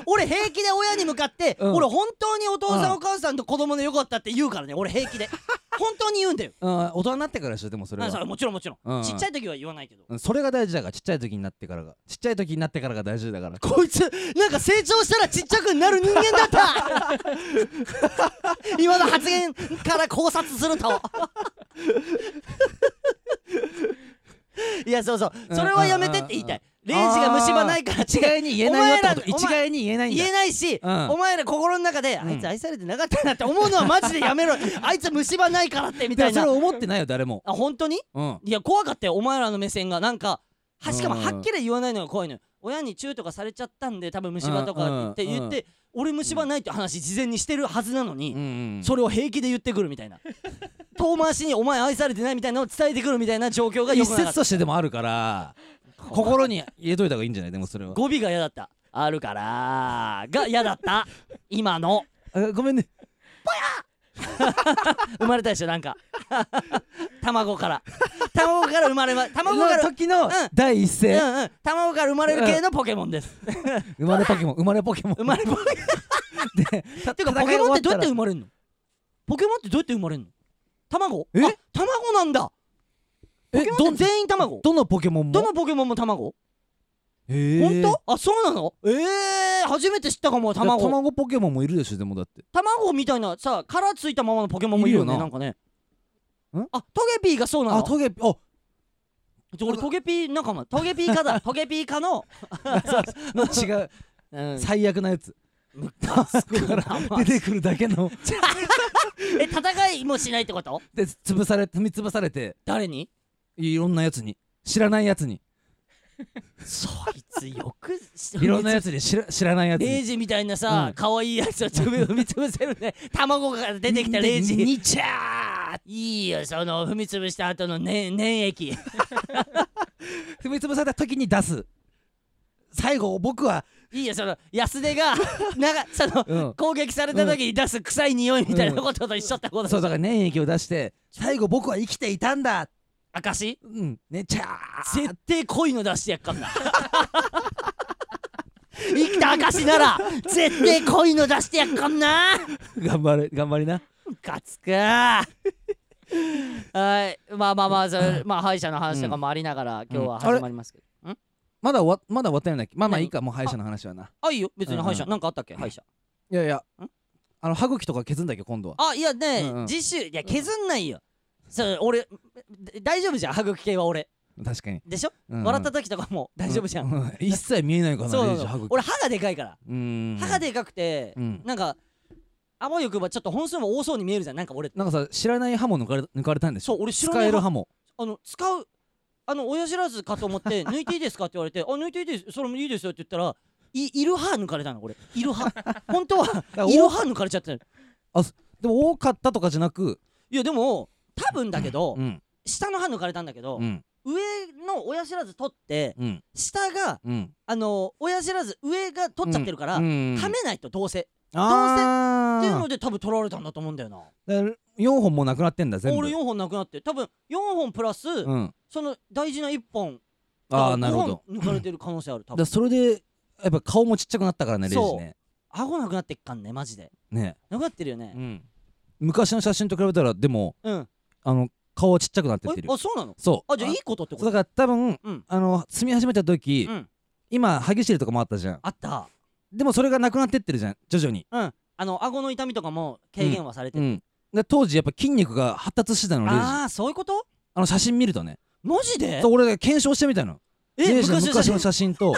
Speaker 1: 俺平気で親に向かって、
Speaker 2: うん
Speaker 1: 俺本当にお父さん
Speaker 2: うん
Speaker 1: お母さんと子供でよかったって言うからね俺平気で本当に言うんだよ
Speaker 2: うん、大人になってからでしょでもそれ
Speaker 1: あそれ
Speaker 2: は
Speaker 1: もちろんもちろん、
Speaker 2: うん
Speaker 1: ちっちゃい時は言わないけど
Speaker 2: うんそれが大事だからちっちゃい時になってからがちっちゃい時になってからが大事だから
Speaker 1: こいつなんか成長したらちっちゃくなる人間だった 今の発言から考察すると いやそうそうそれはやめてって言いたいレイジが虫歯ないから
Speaker 2: 一
Speaker 1: 違い
Speaker 2: 概に言えないよってこ
Speaker 1: お
Speaker 2: と
Speaker 1: 前らお
Speaker 2: 一
Speaker 1: 前
Speaker 2: 概に言えないんだ
Speaker 1: 言えないし、
Speaker 2: うん
Speaker 1: お前ら心の中で、あいつ愛されてなかったなって思うのはマジでやめろあいつ虫歯ないからってみたい
Speaker 2: でもそれ
Speaker 1: な
Speaker 2: 思ってないよ誰も
Speaker 1: あ本当に
Speaker 2: うん
Speaker 1: いや怖かったよお前らの目線がなんかはしかも
Speaker 2: うん
Speaker 1: はっきり言わないのが怖いのよ親にチューとかされちゃったんで多分虫歯とかって言って言って、俺虫歯ないって話事前にしてるはずなのに、
Speaker 2: ん
Speaker 1: それを平気で言ってくるみたいな遠回しにお前愛されてないみたいなのを伝えてくるみたいな状況がよ
Speaker 2: 一
Speaker 1: くなかっ
Speaker 2: 説
Speaker 1: た
Speaker 2: としてでもあるから心に入れといた方がいいんじゃないでもそれは
Speaker 1: 語尾が嫌だったあるからが嫌だった今の
Speaker 2: あごめんね
Speaker 1: 生まれたでしょなんか 卵から卵から生まれま卵から
Speaker 2: の時の
Speaker 1: ん
Speaker 2: 第一
Speaker 1: う
Speaker 2: 声
Speaker 1: んうん卵から生まれる系のポケモンです
Speaker 2: 生まれポケモン生まれポケモン
Speaker 1: 生まれ ポケモン
Speaker 2: た
Speaker 1: てか
Speaker 2: 戦い
Speaker 1: ポケモンってどうやって
Speaker 2: 終
Speaker 1: 生
Speaker 2: わ
Speaker 1: まれんのポケモンってどうやって生まれんの卵
Speaker 2: え
Speaker 1: あ卵なんだ
Speaker 2: たら
Speaker 1: ポケ
Speaker 2: え
Speaker 1: モ
Speaker 2: ど
Speaker 1: ンって全員卵
Speaker 2: どのポケモンも
Speaker 1: どのポケモンも卵
Speaker 2: へ
Speaker 1: 本
Speaker 2: え
Speaker 1: 当あそうなのえー初めて知ったかも
Speaker 2: 卵
Speaker 1: 卵
Speaker 2: 卵ポケモンもいるでしょでもだって
Speaker 1: 卵みたいなさ殻ついたままのポケモンもいるよ
Speaker 2: い
Speaker 1: ね
Speaker 2: るよな
Speaker 1: なんかね
Speaker 2: ん
Speaker 1: あトゲピーがそうなの
Speaker 2: あトゲ あ
Speaker 1: 俺トゲピー仲 間トゲピー科だトゲピー科の
Speaker 2: の違う
Speaker 1: うん
Speaker 2: 最悪なやつ 出てくるだけの
Speaker 1: え戦いもしないってこと
Speaker 2: で潰され踏み潰されて
Speaker 1: 誰に
Speaker 2: いろんなやつに知らないや つに
Speaker 1: そいつよく
Speaker 2: いろんなやつに知ら知らないやつ
Speaker 1: レイ
Speaker 2: に
Speaker 1: ジみたいなさ
Speaker 2: うん
Speaker 1: 可愛、いやつをちょび踏み潰せる ね卵から出てきたレイジ
Speaker 2: に
Speaker 1: にちゃーいいよその踏み潰した後のね粘液
Speaker 2: 踏み潰された時に出す最後僕はい
Speaker 1: いよその安出 がなんかその、
Speaker 2: うん
Speaker 1: 攻撃された時に出す臭い匂いみたいなことと一緒ってこと、
Speaker 2: そうだから粘液を出して最後僕は生きていたんだ
Speaker 1: 証
Speaker 2: うんねちゃー
Speaker 1: 絶対濃いの出してやっかんな 生きた証なら絶対濃いの出してやっかんな
Speaker 2: 頑張れ頑張りな
Speaker 1: ムカつくはいまあまあまあそれ、まあ、歯医者の話とかもありながら、今日は始まりますけど、ん
Speaker 2: まだ終わまだ終わってないんだっけまあまあ
Speaker 1: 何
Speaker 2: いいかもう歯医者の話はな
Speaker 1: あいいよ別に歯医者、
Speaker 2: うんうん
Speaker 1: なんかあったっけ歯医者
Speaker 2: いやいや
Speaker 1: ん
Speaker 2: あの歯茎とか削んだっけ今度は
Speaker 1: あいやね、
Speaker 2: うんうん
Speaker 1: 次週いや削んないよ、そう俺で大丈夫じゃん歯茎系は俺
Speaker 2: 確かに
Speaker 1: でしょ、
Speaker 2: うんうん
Speaker 1: 笑った時とかも大丈夫じゃん、
Speaker 2: うう一切見えないから
Speaker 1: そうな
Speaker 2: なレ
Speaker 1: の
Speaker 2: イジ歯茎
Speaker 1: 俺歯がでかいから、
Speaker 2: うん
Speaker 1: 歯がでかくて、
Speaker 2: うん
Speaker 1: なんかあわよくばちょっと本数も多そうに見えるじゃんなんか俺
Speaker 2: なんかさ知らない歯も抜かれ抜かれたんでしょ
Speaker 1: そう俺知ら
Speaker 2: 使
Speaker 1: ない
Speaker 2: え
Speaker 1: 歯
Speaker 2: る歯も
Speaker 1: あの使うあの親知らずかと思 って「抜いていいですか?」って言われて「あ抜いていいですそれもいいですよ」って言ったらいいる歯抜かれたの俺いる歯本当は
Speaker 2: ら
Speaker 1: いる歯抜かれちゃってる
Speaker 2: でも多かったとかじゃなく
Speaker 1: いやでも多分だけど、
Speaker 2: うん
Speaker 1: 下の歯抜かれたんだけど、
Speaker 2: うん
Speaker 1: 上の親知らず取って
Speaker 2: うん
Speaker 1: 下が
Speaker 2: うん
Speaker 1: あの親知らず上が取っちゃってるから、
Speaker 2: う
Speaker 1: は
Speaker 2: ん
Speaker 1: めないとどうせっ
Speaker 2: あ
Speaker 1: ていう
Speaker 2: ー
Speaker 1: ので多分取られたんだと思うんだよな
Speaker 2: だから4本もなくなってんだ全部
Speaker 1: 俺4本なくなって多分4本プラス、
Speaker 2: うん
Speaker 1: その大事な1本
Speaker 2: ああなるほど
Speaker 1: 5本抜かれてる可能性ある多
Speaker 2: だから
Speaker 1: 分
Speaker 2: それでやっぱ顔もちっちゃくなったからねレイジね
Speaker 1: 顎なくなってっかんねマジで
Speaker 2: ね
Speaker 1: なくなってるよね
Speaker 2: 昔の写真と比べたらでも
Speaker 1: うん
Speaker 2: あの顔はちっちゃくなってって
Speaker 1: え
Speaker 2: る
Speaker 1: あそうなの
Speaker 2: そう
Speaker 1: あじゃあいいことってこ
Speaker 2: そうだ
Speaker 1: と
Speaker 2: から多分
Speaker 1: うん
Speaker 2: あの住み始めた時
Speaker 1: うん
Speaker 2: 今歯ぎしりとかもあったじゃん
Speaker 1: あった
Speaker 2: でもそれがなくなってってるじゃん徐々に
Speaker 1: うんあの顎の痛みとかも軽減はされて
Speaker 2: う
Speaker 1: る
Speaker 2: んで当時やっぱ筋肉が発達してたのレイジあ
Speaker 1: ああそういうこと
Speaker 2: の写真見るとね
Speaker 1: マジで
Speaker 2: そう俺が検証してみたの
Speaker 1: え
Speaker 2: レイジの
Speaker 1: 昔の写
Speaker 2: 昔の
Speaker 1: 真
Speaker 2: 写真と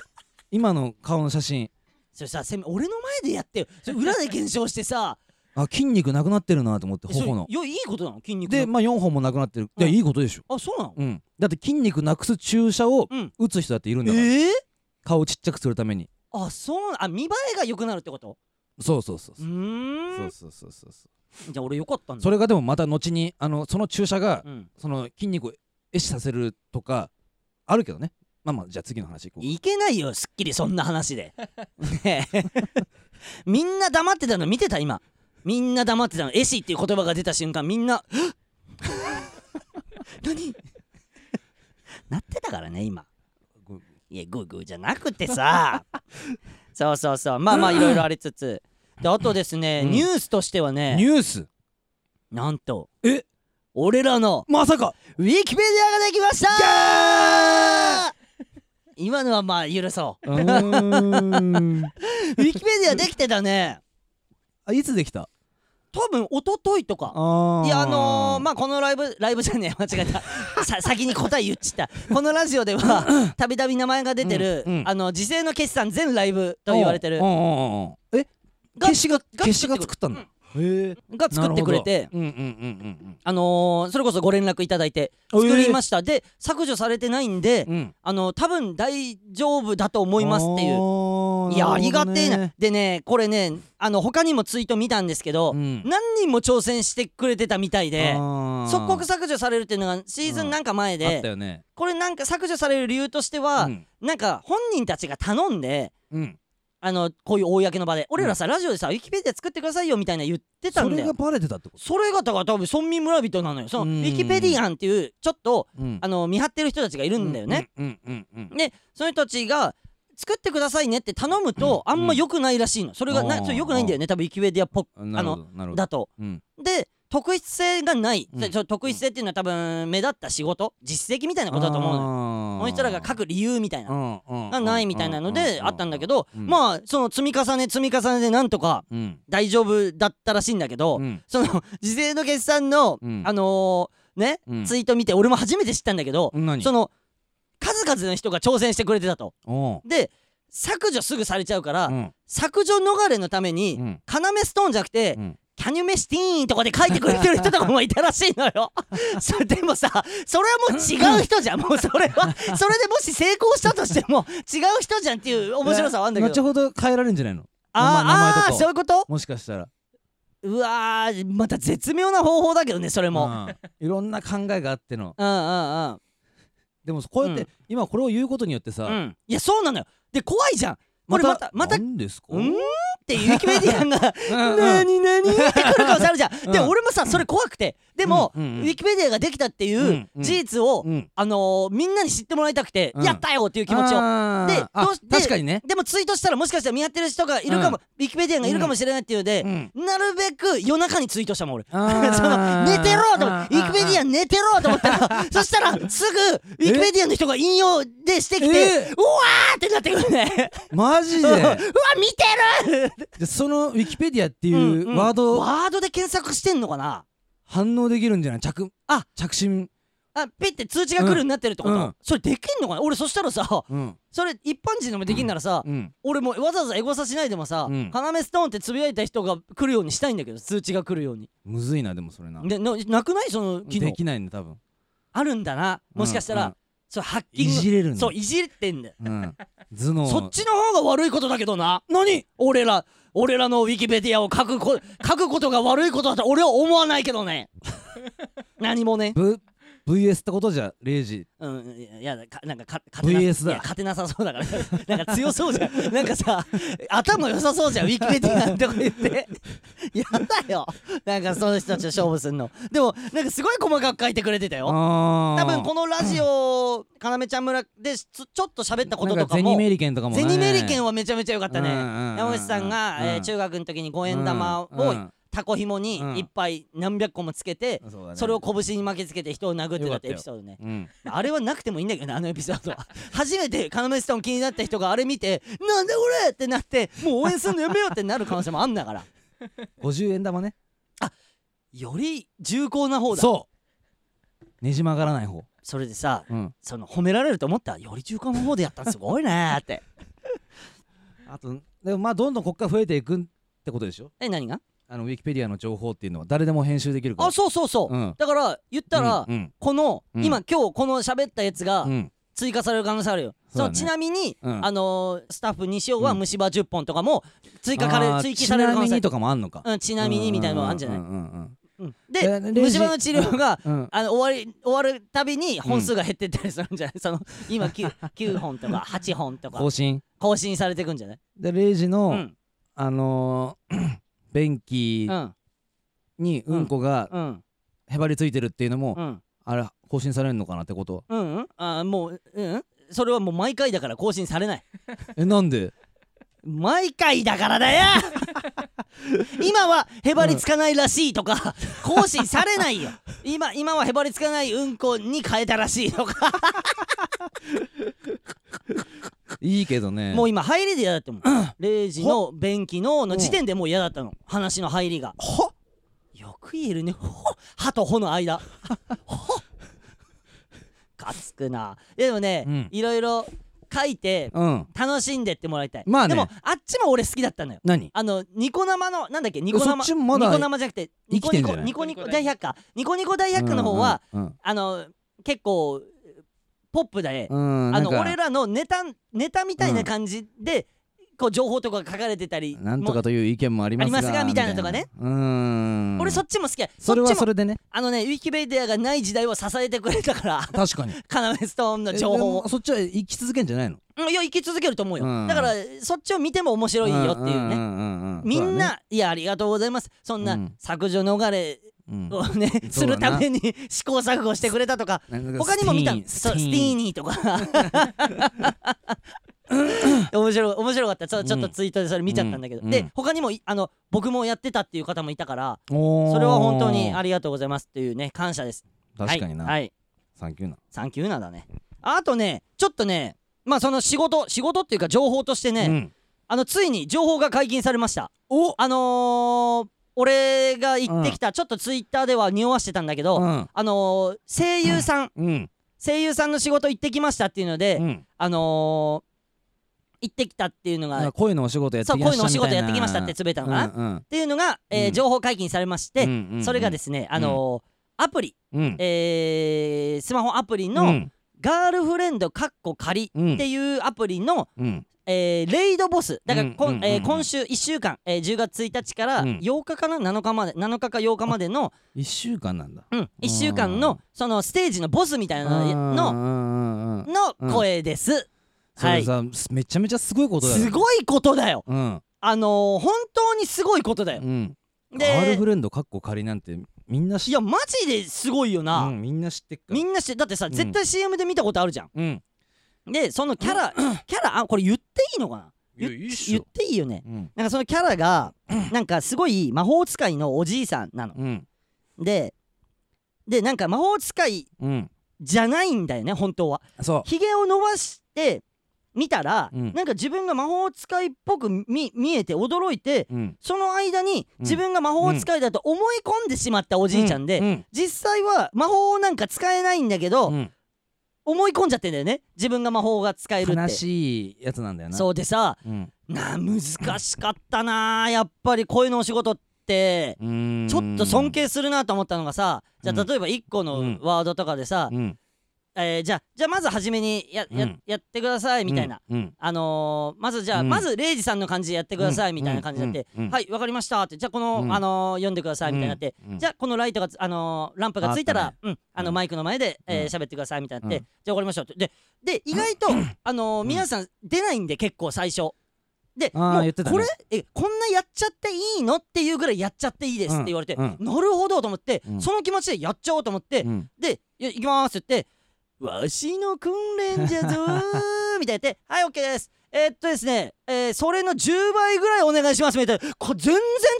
Speaker 2: 今の顔の写真
Speaker 1: それさせめ俺の前でやってよそれ裏で検証して さ
Speaker 2: あ筋肉なくなってるなと思って
Speaker 1: えそれ
Speaker 2: 頬の
Speaker 1: よいいことなの筋肉の
Speaker 2: でまあ4本もなくなってる
Speaker 1: う
Speaker 2: い
Speaker 1: ん
Speaker 2: やいいことでしょ
Speaker 1: あそうなの
Speaker 2: うんだって筋肉なくす注射を
Speaker 1: うん
Speaker 2: 打つ人だっているんだから
Speaker 1: ええ
Speaker 2: 顔ちっちゃくするために
Speaker 1: あそうなあ見栄えが良くなるってこと
Speaker 2: そうそうそう
Speaker 1: う
Speaker 2: そう
Speaker 1: ーん
Speaker 2: そうそうそうそ
Speaker 1: じゃあ俺よかったん
Speaker 2: う
Speaker 1: だ
Speaker 2: それがでもまた後にあのその注射が
Speaker 1: うん
Speaker 2: その筋肉を壊死させるとかあるけどねまあまあじゃあ次の話いこう
Speaker 1: いけないよすっきりそんな話でねえみんな黙ってたの見てた今みんな黙ってたのエシっていう言葉が出た瞬間みんな 何なってたからね今
Speaker 2: グー
Speaker 1: いやグーグーじゃなくて さそうそうそうまあまあいろいろありつつであとですね、
Speaker 2: うん
Speaker 1: ニュースとしては
Speaker 2: ニ
Speaker 1: ね
Speaker 2: ュース
Speaker 1: なんと
Speaker 2: え
Speaker 1: 俺らの
Speaker 2: まさか
Speaker 1: ウィキペディアができました今のはまあ許そう
Speaker 2: うーん
Speaker 1: ウィキペディアできてたね
Speaker 2: あいつできた
Speaker 1: 多分一昨日とか
Speaker 2: あ
Speaker 1: いやあのー、まあこのライブライブじゃねえ 間違えたさ先に答え言っちったこのラジオではたびたび名前が出てる、
Speaker 2: うんうん
Speaker 1: あの時勢の決算全ライブと言われてる
Speaker 2: うんうんうんうんえ
Speaker 1: が
Speaker 2: 消しが
Speaker 1: が
Speaker 2: 消しが作ったんだへえ
Speaker 1: が作ってくれて
Speaker 2: うんうんうん
Speaker 1: あのー、それこそご連絡いただいて
Speaker 2: えー
Speaker 1: 作りました、で削除されてないんで、
Speaker 2: うんうん
Speaker 1: あの多分大丈夫だと思いますっていう
Speaker 2: う
Speaker 1: いやありがてえなでねこれねあの他にもツイート見たんですけど、
Speaker 2: うん
Speaker 1: 何人も挑戦してくれてたみたいで即
Speaker 2: 即
Speaker 1: 刻削除されるっていうのがシーズンなんか前
Speaker 2: あっ
Speaker 1: で、
Speaker 2: たよね
Speaker 1: これなんか削除される理由としては、
Speaker 2: うん
Speaker 1: なんか本人たちが頼んで
Speaker 2: うん
Speaker 1: あのこういう公の場で俺らさ、ラジオでさウィキペディア作ってくださいよみたいな言ってた
Speaker 2: そ
Speaker 1: んだ
Speaker 2: れが
Speaker 1: よ
Speaker 2: バレてたってこと
Speaker 1: それがだから多分村民村人なのよその
Speaker 2: うん
Speaker 1: ウィキペディアンっていうちょっと
Speaker 2: うん
Speaker 1: あの見張ってる人たちがいるんだよね、
Speaker 2: うんうんうんうん
Speaker 1: でその人たちが作ってくださいねって頼むと
Speaker 2: うん
Speaker 1: あんま良くないらしいのそれが
Speaker 2: あ
Speaker 1: な
Speaker 2: ー
Speaker 1: それ良くないんだよね多分ウィキペディアっぽく
Speaker 2: なるほどなるほど
Speaker 1: だと
Speaker 2: うん
Speaker 1: で特筆性がない、
Speaker 2: うん
Speaker 1: でちょ特筆性っていうのは多分目立った仕事実績みたいなことだと思うのよ
Speaker 2: 思
Speaker 1: この人らが書く理由みたいな
Speaker 2: く
Speaker 1: がないみたいなのであったんだけど、
Speaker 2: うん
Speaker 1: まあその積み重ね積み重ねでなんとか
Speaker 2: うん
Speaker 1: 大丈夫だったらしいんだけど、
Speaker 2: うん
Speaker 1: その時勢の決算の、
Speaker 2: うん
Speaker 1: あのーね、
Speaker 2: うん
Speaker 1: ツイート見て俺も初めて知ったんだけど、
Speaker 2: 何
Speaker 1: その数々の人が挑戦してくれてたと
Speaker 2: おう
Speaker 1: で削除すぐされちゃうから、
Speaker 2: うん
Speaker 1: 削除逃れのために、
Speaker 2: うん
Speaker 1: カナメストーンじゃなくて、
Speaker 2: うん
Speaker 1: キャニュメスティーンとかで書いてくれてる人とかもいたらしいのよ。それでもさ、それはもう違う人じゃん。もうそれは、それでもし成功したとしても違う人じゃんっていう面白さはあるんだけ
Speaker 2: 後
Speaker 1: ど。
Speaker 2: ほど変えられるんじゃないの
Speaker 1: あーあ
Speaker 2: 名前名前
Speaker 1: ー、
Speaker 2: とか
Speaker 1: そういうこと
Speaker 2: もしかしたら
Speaker 1: うわー、また絶妙な方法だけどね、それも。
Speaker 2: うんいろんな考えがあっての
Speaker 1: うんうんうん。
Speaker 2: でもこうやって、
Speaker 1: うん
Speaker 2: 今これを言うことによってさ、
Speaker 1: うん、いやそうなのよで怖いじゃんこれまたまた「
Speaker 2: 何ですか
Speaker 1: うーん?」っていうウィキメディアンが
Speaker 2: う
Speaker 1: 「
Speaker 2: んうん
Speaker 1: なになに?」ってくるかもしれないじゃん、
Speaker 2: うん
Speaker 1: で俺もさそれ怖くてでも、
Speaker 2: うんうんうん
Speaker 1: ウィキメディアができたっていううん
Speaker 2: うん
Speaker 1: 事実を、
Speaker 2: うん
Speaker 1: あのーみんなに知ってもらいたくて、
Speaker 2: うん
Speaker 1: やったよっていう気持ちを
Speaker 2: あー
Speaker 1: で
Speaker 2: あ
Speaker 1: どうしで
Speaker 2: 確かにね、
Speaker 1: でもツイートしたらもしかしたら見張ってる人がいるかも、ウィキメディアンがいるかもしれないっていうので、
Speaker 2: ん、
Speaker 1: なるべく夜中にツイートしたもん俺 そ
Speaker 2: あ
Speaker 1: の
Speaker 2: ー
Speaker 1: 寝てろと思ってウ
Speaker 2: あー
Speaker 1: ィキメディアン寝てろと思ったら そしたらすぐウィキメディアンの人が引用でしてきて、
Speaker 2: え
Speaker 1: うわーってなってくるね
Speaker 2: マジ
Speaker 1: うわ
Speaker 2: で
Speaker 1: 見てる
Speaker 2: でそのウィキペディアってい
Speaker 1: うんう
Speaker 2: うんワード
Speaker 1: ワードで検索してんのかな
Speaker 2: 反応できるんじゃない着
Speaker 1: あ
Speaker 2: 着信、
Speaker 1: あピッて通知が来るようになってるってこと、
Speaker 2: うん
Speaker 1: それできんのかな俺そしたらさ
Speaker 2: うん
Speaker 1: それ一般人でもできんならさ、
Speaker 2: うん、
Speaker 1: 俺もわざわざエゴサしないでもさ「
Speaker 2: うん
Speaker 1: カナメストーン」ってつぶやいた人が来るようにしたいんだけど通知が来るように
Speaker 2: むずいなでもそれな
Speaker 1: でななくないその機能
Speaker 2: できないね多分
Speaker 1: あるんだなもしかしたら、
Speaker 2: うんうん
Speaker 1: そうハッキ
Speaker 2: い
Speaker 1: ング
Speaker 2: じれるんだ
Speaker 1: そういじってんだよ
Speaker 2: うん、頭脳
Speaker 1: そっちの方が悪いことだけどな何俺ら俺らのウィキペディアを書くこ書くことが悪いことだと俺は思わないけどね何もね
Speaker 2: V VS ってことじゃレイジ
Speaker 1: うんいやいやかなんかか勝てな
Speaker 2: VS だ
Speaker 1: いや勝てなさそうだからなんか強そうじゃんなんかさ頭良さそうじゃんウィキペディアとか言ってやだよなんかその人たちと勝負すんのでもなんかすごい細かく書いてくれてたよ
Speaker 2: あー
Speaker 1: 多分このラジオかなめちゃん村でつちょっと喋ったこととか
Speaker 2: なんゼニ
Speaker 1: も
Speaker 2: メリケンとかもね
Speaker 1: ゼニメリケンはめちゃめちゃ良かったね
Speaker 2: うんうんうん
Speaker 1: 山口さんが、えー
Speaker 2: うん
Speaker 1: 中学の時に五円玉を
Speaker 2: うん
Speaker 1: タコ紐に
Speaker 2: うん
Speaker 1: いっぱい何百個もつけて、
Speaker 2: うんそうだね
Speaker 1: それを拳に巻きつけて人を殴ってたってエ
Speaker 2: よかったよ
Speaker 1: ピソードね
Speaker 2: うん
Speaker 1: あれはなくてもいいんだけどねあのエピソードは 初めてカナメストーン気になった人があれ見てなんだこれってなってもう応援するのやめようってなる可能性もあんだから
Speaker 2: 50円玉ね
Speaker 1: より重厚な方だそ
Speaker 2: そうねじ曲がらない方
Speaker 1: れでさ
Speaker 2: うん
Speaker 1: その褒められると思ったらより重厚な方でやったらすごいねーって
Speaker 2: あとでもまあどんどんこっから増えていくってことでしょ
Speaker 1: え何が
Speaker 2: あのウィキペディアの情報っていうのは誰でも編集できるから
Speaker 1: あそうそうそう、
Speaker 2: うん
Speaker 1: だから言ったら、
Speaker 2: うんうん
Speaker 1: この、
Speaker 2: うん
Speaker 1: 今今日この喋ったやつが
Speaker 2: うん
Speaker 1: 追加される可能性あるよ、
Speaker 2: そうだね
Speaker 1: そのちなみに、
Speaker 2: うん
Speaker 1: あのースタッフ西尾は
Speaker 2: うん
Speaker 1: 虫歯10本とかも追加され、
Speaker 2: あー
Speaker 1: 追記される可能
Speaker 2: ちなみ
Speaker 1: 性
Speaker 2: にとかもあんのか
Speaker 1: うん、ちなみにみたいなのあるんじゃない、
Speaker 2: うんうん
Speaker 1: うん
Speaker 2: えー
Speaker 1: で
Speaker 2: レ
Speaker 1: 虫
Speaker 2: ジ
Speaker 1: 歯の治療 が
Speaker 2: うんうん
Speaker 1: あの終わり終わるたびに本数が減ってったりするんじゃない、 その今 9, 9本 とか8本とか
Speaker 2: 更新
Speaker 1: 更新されていくんじゃない
Speaker 2: でレイジの、
Speaker 1: うん
Speaker 2: あのー 便器
Speaker 1: うん
Speaker 2: に
Speaker 1: うん
Speaker 2: うんこが
Speaker 1: うん
Speaker 2: へばりついてるっていうのも、
Speaker 1: うん
Speaker 2: あれ更新されるのかなってこと
Speaker 1: うんうんあーもううんそれはもう毎回だから更新されない
Speaker 2: えなんで
Speaker 1: 毎回だからだよ 今はへばりつかないらしいとか更新されないよ今今はへばりつかないうんこに変えたらしいとか
Speaker 2: いいけどね
Speaker 1: もう今入りで嫌だってもん0時の便器のの時点でもう嫌だったの話の入りが
Speaker 2: ほ
Speaker 1: よく言えるねほ歯とほの 間ほかつくないやでもね、
Speaker 2: うん
Speaker 1: いろいろ書いて
Speaker 2: うん
Speaker 1: 楽しんでってもらいたい
Speaker 2: まあね
Speaker 1: でもあっちも俺好きだったのよ
Speaker 2: 何
Speaker 1: あのニコ生のなんだっけニコ
Speaker 2: そ
Speaker 1: 生
Speaker 2: っちもまだ
Speaker 1: ニコ生じゃなくてニコニ
Speaker 2: 生
Speaker 1: コ
Speaker 2: きてんじゃない
Speaker 1: ニコニコ大百科ニコニコ大百科の方は、
Speaker 2: うんうん
Speaker 1: あの結構ポップで、
Speaker 2: うん、
Speaker 1: あ
Speaker 2: なん
Speaker 1: の
Speaker 2: か
Speaker 1: 俺らのネタネタみたいな感じで、こう情報とか書かれてたり
Speaker 2: なんと
Speaker 1: も
Speaker 2: かという意見もありますが
Speaker 1: ありますがみたいなとかね
Speaker 2: みたいなうーん
Speaker 1: 俺そっちも好きや
Speaker 2: それは
Speaker 1: っち
Speaker 2: そ
Speaker 1: も
Speaker 2: れでね
Speaker 1: あのねウィキペディアがない時代を支えてくれたから
Speaker 2: 確かに
Speaker 1: カナメストーンの 情報
Speaker 2: えでもそっちは生き続けんじゃないの
Speaker 1: をいや生き続けると思うよ、
Speaker 2: うん
Speaker 1: だからそっちを見ても面白いよっていうね、
Speaker 2: んうんうんうん
Speaker 1: みん
Speaker 2: そ
Speaker 1: な、いやありがとうございますそんな
Speaker 2: うん
Speaker 1: 削除逃れ
Speaker 2: うだね
Speaker 1: をね、
Speaker 2: ん
Speaker 1: するために試行錯誤してくれたとか
Speaker 2: うんなんか
Speaker 1: 他にも見たの
Speaker 2: ステ
Speaker 1: そ
Speaker 2: ィー
Speaker 1: う
Speaker 2: ン
Speaker 1: ス
Speaker 2: ス
Speaker 1: テ
Speaker 2: ティ
Speaker 1: ィー
Speaker 2: ーン
Speaker 1: ニーとか面白い面白かったそうちょっとツイートでそれ見ちゃったんだけど、
Speaker 2: うんう
Speaker 1: で
Speaker 2: ん
Speaker 1: 他にもいあの僕もやってたっていう方もいたから
Speaker 2: おー
Speaker 1: それは本当にありがとうございますっていうね感謝です
Speaker 2: 確かにな、
Speaker 1: はい、はい、
Speaker 2: サンキューな
Speaker 1: サンキューなだねあとねちょっとねまあその仕事仕事っていうか情報としてね、
Speaker 2: うん
Speaker 1: あのついに情報が解禁されました
Speaker 2: お
Speaker 1: あのー、俺が言ってきた、ちょっとツイッターでは匂わしてたんだけど、
Speaker 2: うん
Speaker 1: あのー、声優さん、
Speaker 2: うん
Speaker 1: 声優さんの仕事行ってきましたっていうので、
Speaker 2: うん
Speaker 1: あのー、行ってきたっていうのが、
Speaker 2: なんか
Speaker 1: っ
Speaker 2: 恋のお仕事やって
Speaker 1: そう
Speaker 2: きま
Speaker 1: 恋
Speaker 2: した
Speaker 1: のお
Speaker 2: み
Speaker 1: 仕
Speaker 2: たいな
Speaker 1: 事やってきましたってつぶやいたのかな、っ
Speaker 2: うんうん
Speaker 1: ていうのが、えー
Speaker 2: うん
Speaker 1: 情報解禁されまして、
Speaker 2: うんうんうん
Speaker 1: それがですねあのーアプリ、
Speaker 2: うん
Speaker 1: えースマホアプリ
Speaker 2: う
Speaker 1: の
Speaker 2: ん
Speaker 1: ガールフレンドかっこ仮
Speaker 2: うん
Speaker 1: っていうアプリの、
Speaker 2: うん
Speaker 1: えーレイドボスだからこん、
Speaker 2: うんうんうんうん
Speaker 1: えー今週1週間、えー10月1日から
Speaker 2: うん
Speaker 1: 8日かな7日まで7日か8日までの、
Speaker 2: 1週間なんだ
Speaker 1: うん、1週間のそのステージのボスみたいな
Speaker 2: う
Speaker 1: の
Speaker 2: んうんうんうん
Speaker 1: の声です、
Speaker 2: そ
Speaker 1: は
Speaker 2: れ
Speaker 1: い
Speaker 2: さめちゃめちゃすごいことだよ
Speaker 1: すごいことだよ
Speaker 2: うん
Speaker 1: あのー本当にすごいことだよ
Speaker 2: う、んガール
Speaker 1: で
Speaker 2: フレンドかっこ仮なんてみんない知っ
Speaker 1: やマジですごいよな、
Speaker 2: うんみんな知ってっから
Speaker 1: みんなしてだってさ
Speaker 2: ん
Speaker 1: 絶対 CM で見たことあるじゃん、
Speaker 2: うん
Speaker 1: でそのキャラ キャラあこれ言っていいのかない
Speaker 2: やいいっし
Speaker 1: 言っ
Speaker 2: ょ
Speaker 1: ていいよね
Speaker 2: うん
Speaker 1: なんかそのキャラがなんかすごい魔法使いのおじいさんなの
Speaker 2: うん
Speaker 1: ででなんか魔法使い
Speaker 2: うん
Speaker 1: じゃないんだよね本当は
Speaker 2: そ
Speaker 1: ひげを伸ばして見たら、
Speaker 2: うん
Speaker 1: なんか自分が魔法使いっぽく見見えて驚いて
Speaker 2: ううん
Speaker 1: その間に
Speaker 2: うん
Speaker 1: 自分が魔法使いだと思い込んでしまったおじいちゃんで、
Speaker 2: うん
Speaker 1: 実際は魔法なんか使えないんだけど、
Speaker 2: うん
Speaker 1: 思い込んじゃってんだよね自分が魔法が使えるって
Speaker 2: 悲しいやつなんだよな
Speaker 1: そうでさ
Speaker 2: うん
Speaker 1: な難しかったなやっぱり恋のお仕事って
Speaker 2: うーん
Speaker 1: ちょっと尊敬するなと思ったのがさじゃ
Speaker 2: う
Speaker 1: あ
Speaker 2: ん
Speaker 1: 例えば1個
Speaker 2: うん
Speaker 1: のワードとかでさ、
Speaker 2: うん
Speaker 1: えーじゃあじゃあまず初めにや,や、
Speaker 2: うん
Speaker 1: やってくださいみたいな、
Speaker 2: うん
Speaker 1: あのーまずじゃあ、
Speaker 2: うん
Speaker 1: まずレイジさんの感じでやってくださいみたいな感じになって、
Speaker 2: うんうんうん
Speaker 1: はいわかりましたってじゃあこの、
Speaker 2: うん
Speaker 1: あのー読んでくださいみたいになって、
Speaker 2: うん
Speaker 1: じゃあこのライトがつあのーランプがついた
Speaker 2: あ
Speaker 1: ら
Speaker 2: っ
Speaker 1: うんあの
Speaker 2: うん
Speaker 1: マイクの前で、えー
Speaker 2: うん
Speaker 1: 喋ってくださいみたいになって、
Speaker 2: うん
Speaker 1: じゃあわかりましたってでで意外と、あのー
Speaker 2: うん
Speaker 1: 皆さん出ないんで結構最初で
Speaker 2: あー
Speaker 1: もう
Speaker 2: 言ってた
Speaker 1: こ
Speaker 2: ね
Speaker 1: れえこんなやっちゃっていいのっていうぐらいやっちゃっていいですって言われて、
Speaker 2: うん
Speaker 1: なるほどと思って、
Speaker 2: うん
Speaker 1: その気持ちでやっちゃおうと思って、
Speaker 2: うん
Speaker 1: で「よ行きます」って言って「わしの訓練じゃぞ ー」みたいなやって「はい OK です」えーっとですね、えーそれの10倍ぐらいお願いしますみたいなこ全然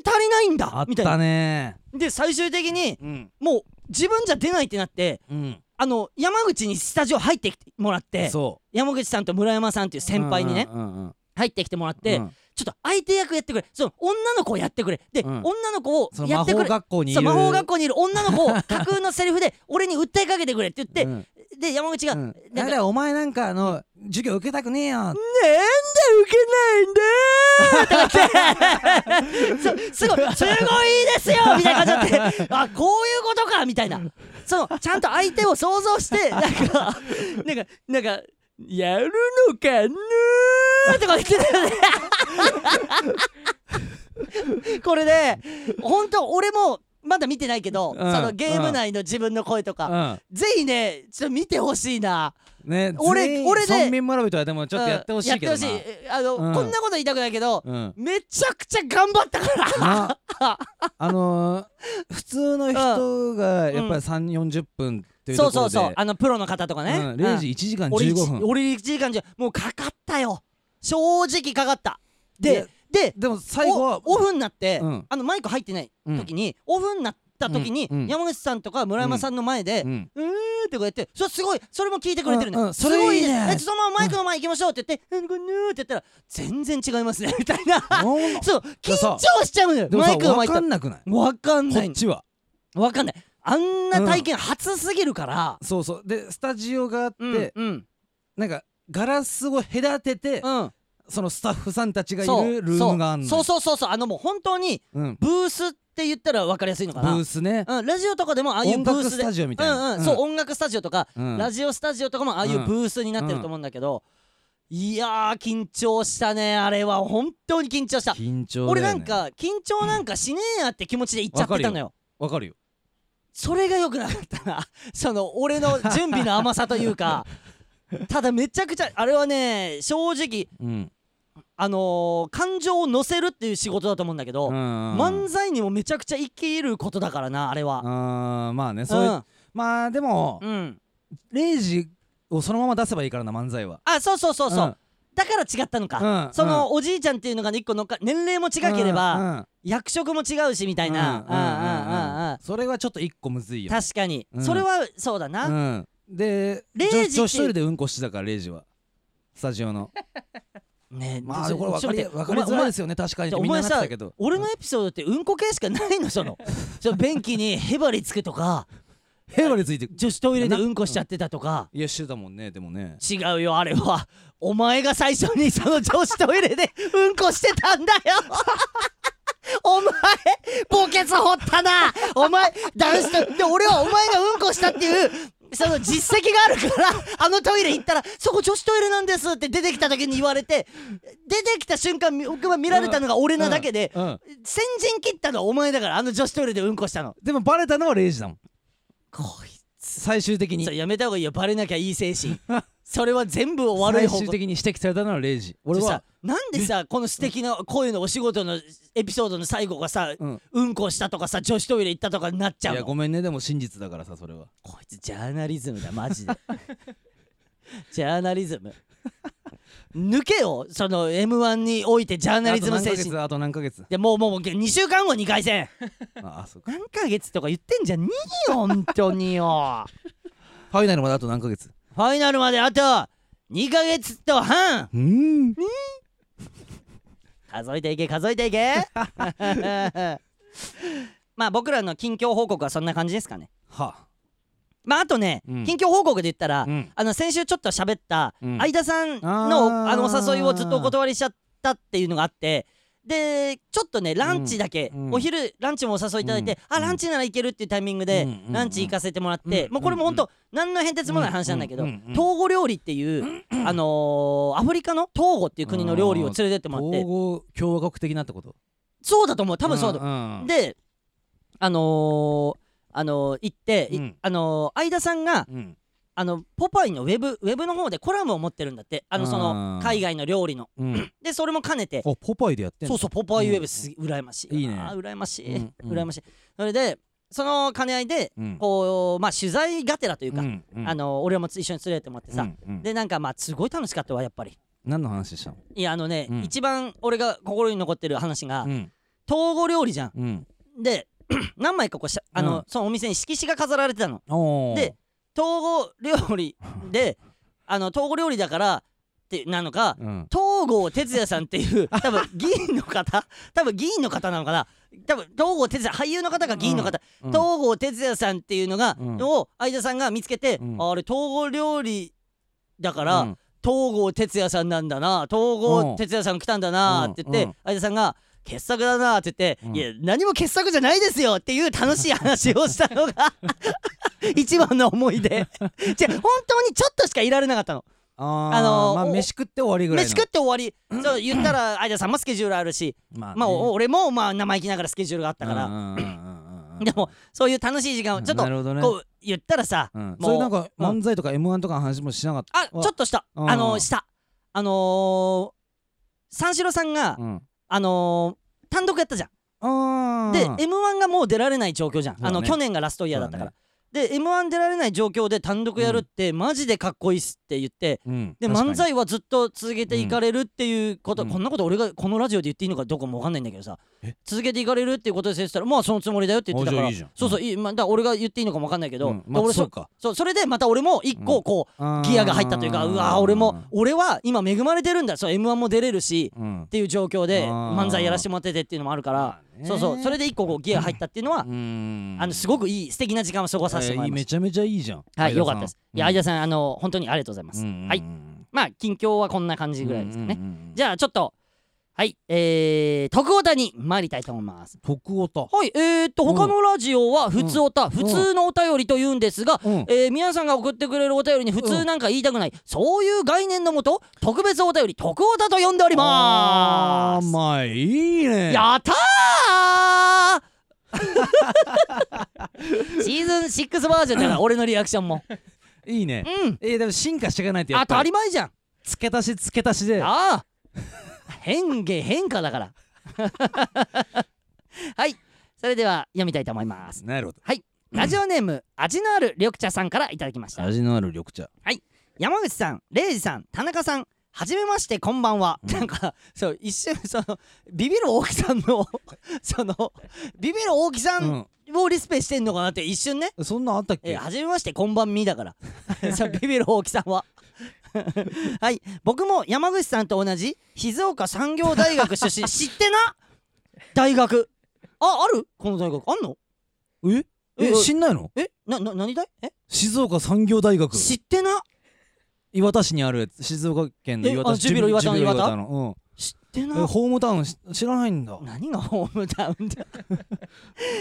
Speaker 1: 足りないん
Speaker 2: あ
Speaker 1: だ
Speaker 2: っ
Speaker 1: みたいな
Speaker 2: たね
Speaker 1: で最終的に
Speaker 2: うん
Speaker 1: もう自分じゃ出ないってなって
Speaker 2: うん
Speaker 1: あの山口にスタジオ入ってきてもらって
Speaker 2: そ
Speaker 1: 山口さんと村山さんっていう
Speaker 2: う
Speaker 1: 先輩にね
Speaker 2: うんうんうん
Speaker 1: 入ってきてもらって、
Speaker 2: うん
Speaker 1: ちょっと相手役やってくれその女の子をやってくれで、
Speaker 2: うん
Speaker 1: 女の子を
Speaker 2: その
Speaker 1: や
Speaker 2: 魔
Speaker 1: って
Speaker 2: 法
Speaker 1: くれ
Speaker 2: 学校にい
Speaker 1: そ
Speaker 2: る
Speaker 1: う魔法学校にいる女の 子を架空のセリフで俺に訴えかけてくれって言って、
Speaker 2: うん
Speaker 1: で山口が、
Speaker 2: う
Speaker 1: なんんか、
Speaker 2: なんだよお前なんかあの授業受けたくねえよ
Speaker 1: なんで受けない んだーとか言ってそうすごいすごいいいですよみたいな感じにな ってあこういうことかみたいなそのちゃんと相手を想像してなんかなんかなんかやるのかなーとか言ってたよね これで本当俺もまだ見てないけど、
Speaker 2: うん
Speaker 1: そのゲーム内の自分の声とか、
Speaker 2: う
Speaker 1: ぜひねちょっと見てほしいな。
Speaker 2: んね
Speaker 1: 俺
Speaker 2: 全員
Speaker 1: 俺ね
Speaker 2: 村民村人はでもちょっとやってほしいけど
Speaker 1: うん
Speaker 2: な
Speaker 1: やってほしいあの、
Speaker 2: うん
Speaker 1: こんなこと言いたくないけど、
Speaker 2: うん
Speaker 1: めちゃくちゃ頑張ったから
Speaker 2: なあのー普通の人がやっぱり3 4 0分っていう
Speaker 1: そ
Speaker 2: と
Speaker 1: う
Speaker 2: こ
Speaker 1: そうそ
Speaker 2: ろで
Speaker 1: うあのプロの方とかね、
Speaker 2: うん0時1時間
Speaker 1: うん俺
Speaker 2: 15分
Speaker 1: 俺1時間じゃもうかかったよ正直かかった
Speaker 2: いや
Speaker 1: でで
Speaker 2: でも最後は
Speaker 1: おオフになって、
Speaker 2: うん
Speaker 1: あのマイク入ってない時に、オフになった時に、
Speaker 2: うんうん
Speaker 1: 山口さんとか村山さんの前で、う
Speaker 2: うん
Speaker 1: ーってこうやってそれすごいそれも聞いてくれてるね、
Speaker 2: うんうん
Speaker 1: す
Speaker 2: そ
Speaker 1: ご
Speaker 2: れ
Speaker 1: い
Speaker 2: いいね
Speaker 1: ですえそのままマイクの前行きましょうって言って「うんこんぬー」って言ったら全然違いますねみたいな
Speaker 2: なんだ
Speaker 1: そう緊張しちゃうのよ
Speaker 2: でも
Speaker 1: マ
Speaker 2: さ
Speaker 1: イクの
Speaker 2: 分
Speaker 1: 前行
Speaker 2: か
Speaker 1: っ
Speaker 2: んなくない
Speaker 1: たらわかん
Speaker 2: こ
Speaker 1: ない
Speaker 2: っちは
Speaker 1: わかんないあんな体験初すぎるから
Speaker 2: そうそうでスタジオがあっ
Speaker 1: うん
Speaker 2: て
Speaker 1: うん
Speaker 2: なんかガラスを隔てて
Speaker 1: うん
Speaker 2: そのスタッフさんたちがい
Speaker 1: そう
Speaker 2: るルームがあんの
Speaker 1: そうそうそうそうあのもう本当に
Speaker 2: うん
Speaker 1: ブースって言ったらわかりやすいの
Speaker 2: ブ
Speaker 1: かな
Speaker 2: ースね
Speaker 1: うんラジオとかでもああいう
Speaker 2: 音
Speaker 1: ブー
Speaker 2: 楽
Speaker 1: ス
Speaker 2: ス
Speaker 1: で
Speaker 2: タジオみたいな
Speaker 1: うんうんそう音楽スタジオとか
Speaker 2: うん
Speaker 1: ラジオスタジオとかもああいうブースになってると思うんだけどいやー緊張したねあれは本当に緊張した
Speaker 2: 緊張
Speaker 1: 俺
Speaker 2: だ
Speaker 1: な
Speaker 2: よ
Speaker 1: ん
Speaker 2: ね
Speaker 1: か緊張なんかしねえやって気持ちで行っちゃってたのよ
Speaker 2: わかるよ
Speaker 1: それが良くなかったな その俺の準備の甘さというかただめちゃくちゃあれはね正直
Speaker 2: うん
Speaker 1: あのー感情を乗せるっていう仕事だと思うんだけど、
Speaker 2: 漫
Speaker 1: 漫才にもめちゃくちゃ生きることだからなあれは
Speaker 2: あーまあね
Speaker 1: う
Speaker 2: そういうんまあでも
Speaker 1: うん
Speaker 2: 0時をそのまま出せばいいからな漫才は
Speaker 1: あそうそうそうそう、
Speaker 2: うん
Speaker 1: だから違ったのか、
Speaker 2: うん
Speaker 1: そのおじいちゃんっていうのが一個のっか年齢も違ければ、
Speaker 2: うんうん
Speaker 1: 役職も違うしみたいな
Speaker 2: うんうんうん
Speaker 1: うんうんうんうん
Speaker 2: それはちょっと一個むずいよ
Speaker 1: 確かに、
Speaker 2: うん
Speaker 1: それはそうだな、
Speaker 2: うんで
Speaker 1: レイジって
Speaker 2: 女女子トイレでうんこしてたからレイジはスタジオの
Speaker 1: ね
Speaker 2: まあ
Speaker 1: ちょ
Speaker 2: これ分かり
Speaker 1: ちょっと待って
Speaker 2: 分かりづらいですよね確かに
Speaker 1: じゃあお
Speaker 2: みんな
Speaker 1: 前
Speaker 2: なって
Speaker 1: さ
Speaker 2: たけど
Speaker 1: 俺のエピソードってうんこ系しかないのそのその便器にへばりつくとか
Speaker 2: 平和について
Speaker 1: 女子トイレでうんこしちゃってたとか
Speaker 2: いやしてたもんねでもね
Speaker 1: 違うよあれはお前が最初にその女子トイレでうんこしてたんだよ お前墓穴掘ったなお前男子とで俺はお前がうんこしたっていうその実績があるからあのトイレ行ったらそこ女子トイレなんですって出てきた時に言われて出てきた瞬間僕は見られたのが俺なだけで、
Speaker 2: うんうん
Speaker 1: 先陣切ったのはお前だからあの女子トイレでうんこしたの
Speaker 2: でもバレたのはレイジだもん
Speaker 1: こい
Speaker 2: 最終的に
Speaker 1: それやめた方がいいよバレなきゃいい精神それは全部を悪い
Speaker 2: 最
Speaker 1: 方
Speaker 2: 終
Speaker 1: 向
Speaker 2: 的に指摘されたのはレイジ俺
Speaker 1: 俺
Speaker 2: は
Speaker 1: はなんでさこの素敵な声のお仕事のエピソードの最後がさ、う
Speaker 2: うんん、
Speaker 1: こしたとかさ女子トイレ行ったとかになっちゃ
Speaker 2: いうや
Speaker 1: の
Speaker 2: ごめんねでも真実だからさそれは
Speaker 1: こいつジャーナリズムだマ ジでジャーナリズム抜けよその m 1においてジャーナリズム精神い
Speaker 2: あと何ヶ月あ
Speaker 1: やもうもうもう2週間後2回戦
Speaker 2: と何ヶ月ああそうか
Speaker 1: 何ヶ月とか言ってんじゃねえよ本当に よ
Speaker 2: ファイナルまであと何ヶ月
Speaker 1: ファイナルまであと2ヶ月と半
Speaker 2: うん
Speaker 1: 数えていけ数えていけ まあ僕らの近況報告はそんな感じですかね
Speaker 2: は
Speaker 1: まああとね、
Speaker 2: うん
Speaker 1: 近況報告で言ったら、
Speaker 2: うん
Speaker 1: あの先週ちょっと喋った
Speaker 2: うん
Speaker 1: 相田さん
Speaker 2: あ
Speaker 1: の
Speaker 2: ー
Speaker 1: あのお誘いをずっとお断りしちゃったっていうのがあってでちょっとねランチだけ、
Speaker 2: うん
Speaker 1: お昼ランチもお誘いいただいて、
Speaker 2: うん
Speaker 1: あランチなら行けるっていうタイミングで、
Speaker 2: うんうんうん
Speaker 1: ランチ行かせてもらって、
Speaker 2: うん
Speaker 1: もうこれも本当、何の変哲もない話なんだけど、
Speaker 2: うんうんうん
Speaker 1: トーゴ料理っていう、あのーアフリカのトーゴっていう国の料理を連れてってもらって
Speaker 2: 統合共和国的なってこと
Speaker 1: そうだと思う多分そうだと思う
Speaker 2: だ
Speaker 1: であのーあのー行って、い
Speaker 2: うん
Speaker 1: あのー相田さんが
Speaker 2: うん
Speaker 1: あのポパイのウェブウェブの方でコラムを持ってるんだってあのその
Speaker 2: あー
Speaker 1: 海外の料理の
Speaker 2: うん
Speaker 1: でそれも兼ねて
Speaker 2: あポパイでやってん
Speaker 1: そう
Speaker 2: の
Speaker 1: そうポパイウェ
Speaker 2: う
Speaker 1: ブ
Speaker 2: ん
Speaker 1: す羨ましい
Speaker 2: いいね
Speaker 1: あー羨ましい、
Speaker 2: うんうん
Speaker 1: 羨ましいそれでその兼ね合いで
Speaker 2: うん
Speaker 1: こうまあ取材がてらというか、
Speaker 2: うんうん
Speaker 1: あの俺も一緒に連れてもらってさ、
Speaker 2: うんうん
Speaker 1: でなんかまあすごい楽しかったわやっぱり
Speaker 2: 何の話したの
Speaker 1: いやあのね、
Speaker 2: うん
Speaker 1: 一番俺が心に残ってる話が、
Speaker 2: うん
Speaker 1: 統合料理じゃん
Speaker 2: うん
Speaker 1: で 何枚かこうしゃあの、
Speaker 2: うん
Speaker 1: そのお店に色紙が飾られてたの
Speaker 2: おー
Speaker 1: で統合料理であの統合料理だからってなのか
Speaker 2: うん
Speaker 1: 東郷哲也さんって いう多分議員の方多分議員の方なのかな多分東郷哲也俳優の方が議員の方、
Speaker 2: うん
Speaker 1: 東郷哲也さんっていうのが、
Speaker 2: うん
Speaker 1: を相田さんが見つけて、
Speaker 2: うん
Speaker 1: あれ統合料理だから、
Speaker 2: うん
Speaker 1: 東郷哲也さんなんだな東郷哲也さん来たんだなって言って、
Speaker 2: うんうん
Speaker 1: 相田さんが「傑作だな」って言って「
Speaker 2: うん
Speaker 1: いや何も傑作じゃないですよ」っていう楽しい話をしたのが 一番の思い出じゃ本当にちょっとしかいられなかったの
Speaker 2: あ
Speaker 1: あ
Speaker 2: あ
Speaker 1: の
Speaker 2: の
Speaker 1: ー
Speaker 2: まあ
Speaker 1: お
Speaker 2: 飯食って終わりぐらいの
Speaker 1: 飯食って終わりそう言ったら相田さんもスケジュールあるし、
Speaker 2: ま
Speaker 1: まあ、お
Speaker 2: ね
Speaker 1: 俺もまあ生意気ながらスケジュールがあったか
Speaker 2: うん
Speaker 1: ら
Speaker 2: うんうんうんうん
Speaker 1: でもそういう楽しい時間をちょっと
Speaker 2: なるほどね
Speaker 1: こう言ったらさ
Speaker 2: うん
Speaker 1: も
Speaker 2: そういうなんか
Speaker 1: うん
Speaker 2: 漫才とか M1 とかの話もしなかっ
Speaker 1: あちょっとした
Speaker 2: うん
Speaker 1: あのしたあのー三四郎さんが
Speaker 2: たうん
Speaker 1: あのー単独やったじゃん
Speaker 2: あ
Speaker 1: で
Speaker 2: ー
Speaker 1: m 1がもう出られない状況じゃん、
Speaker 2: そうだ
Speaker 1: あ
Speaker 2: ね
Speaker 1: の去年がラストイヤーだったから、
Speaker 2: そ
Speaker 1: で m 1出られない状況で単独やるって、マジでかっこいいっすって言って
Speaker 2: うん
Speaker 1: で
Speaker 2: 確かに
Speaker 1: 漫才はずっと続けていかれるっていうこと、
Speaker 2: うん
Speaker 1: こんなこと俺がこのラジオで言っていいのかどうかもわかんないんだけどさ
Speaker 2: え
Speaker 1: 続けていかれるっていうことですよって言ったらまあそのつもりだよって言ってたか
Speaker 2: あ
Speaker 1: ら
Speaker 2: じゃあいいじゃ
Speaker 1: そ
Speaker 2: ん
Speaker 1: うそういい、まあ、だから俺が言っていいのかもわかんないけど、
Speaker 2: うんまあ
Speaker 1: で俺
Speaker 2: そうか
Speaker 1: そうそれでまた俺も一個こう、ギアが入ったというかうわー俺も俺は今恵まれてるんだそう m 1も出れるし
Speaker 2: うん
Speaker 1: っていう状況で
Speaker 2: あー
Speaker 1: 漫才やらせてもらっててっていうのもあるから。そうそうそれ
Speaker 2: で
Speaker 1: で一個こうギア入ったっていうのは、あのすごくいい素敵な時間を過ごさせてもらいま
Speaker 2: め
Speaker 1: した、
Speaker 2: ちゃめちゃいいじゃん
Speaker 1: はいよかったです、いや相田さんあの本当にありがとうございます、はいまあ近況はこんな感じぐらいですかね、
Speaker 2: ゃ
Speaker 1: じゃあちょっとはいえー、徳太に参りたいと思います
Speaker 2: 徳オタ
Speaker 1: はいえー、っと
Speaker 2: うん
Speaker 1: 他のラジオは普通おた、普通のお便りというんですが、
Speaker 2: うん
Speaker 1: えー皆さんが送ってくれるお便りに普通なんか言いたくない、そういう概念のもと特別お便り徳太と呼んでおりま
Speaker 2: あ
Speaker 1: す
Speaker 2: ーまあいいね
Speaker 1: やったー シーズン6バージョンだから俺のリアクションも
Speaker 2: いいね
Speaker 1: うん
Speaker 2: えーでも進化していかないとや
Speaker 1: 当
Speaker 2: っぱ
Speaker 1: た
Speaker 2: り
Speaker 1: り前じゃん
Speaker 2: 付け足し付け足しで
Speaker 1: ああ変化変化だから はいそれでは読みたいと思います
Speaker 2: なるほど
Speaker 1: ラジオネーム味のある緑茶さんからいただきました
Speaker 2: 味のある緑茶
Speaker 1: 山口さん礼二さん田中さんはじめましてこんばんは、なんかそう一瞬そのビビる大木さんのそのビビる大木さ
Speaker 2: うんん
Speaker 1: をリスペしてんのかなって一瞬ね
Speaker 2: そんなんあったっ
Speaker 1: えー、
Speaker 2: け
Speaker 1: はじめまして、こんばんみだ から。さあ、ビビる大木さんは。 はい、僕も山口さんと同じ静岡産業大学出 身、知ってな大学。あ、あるこの大学。あんの
Speaker 2: ええ
Speaker 1: うん
Speaker 2: 知んないの
Speaker 1: えなな何だいえ
Speaker 2: 静岡産業大学
Speaker 1: 知ってな
Speaker 2: 岩田市にあるやつ静岡県の
Speaker 1: え
Speaker 2: 岩田
Speaker 1: あジュビロ岩田の
Speaker 2: ジュビロ
Speaker 1: 岩田
Speaker 2: の
Speaker 1: 知って
Speaker 2: うんえ
Speaker 1: な
Speaker 2: ホームタウンし知らないんだ
Speaker 1: 何がホームタウンだ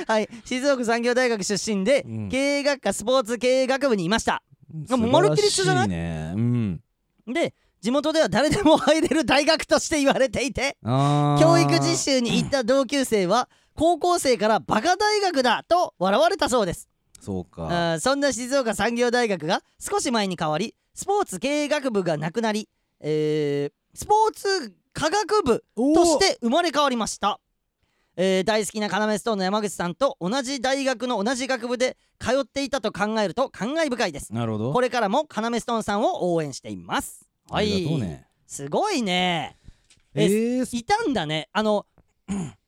Speaker 1: はい静岡産業大学出身で、
Speaker 2: うん
Speaker 1: 経営学科スポーツ経営学部にいました
Speaker 2: 素
Speaker 1: もうまるっきり一緒じゃな
Speaker 2: 晴ら
Speaker 1: い
Speaker 2: しいねうん
Speaker 1: で地元では誰でも入れる大学として言われていて
Speaker 2: あー
Speaker 1: 教育実習に行った同級生は高校生からバカ大学だと笑われたそうです
Speaker 2: そうか
Speaker 1: あーそんな静岡産業大学が少し前に変わりスポーツ経営学部がなくなり、えースポーツ科学部として生まれ変わりました、えー大好きな要ストーンの山口さんと同じ大学の同じ学部で通っていたと考えると感慨深いです
Speaker 2: なるほど
Speaker 1: これからも要ストーンさんを応援していますは
Speaker 2: あ
Speaker 1: い
Speaker 2: りがとうね
Speaker 1: すごいね
Speaker 2: え
Speaker 1: え
Speaker 2: ーす
Speaker 1: いたんだねあ の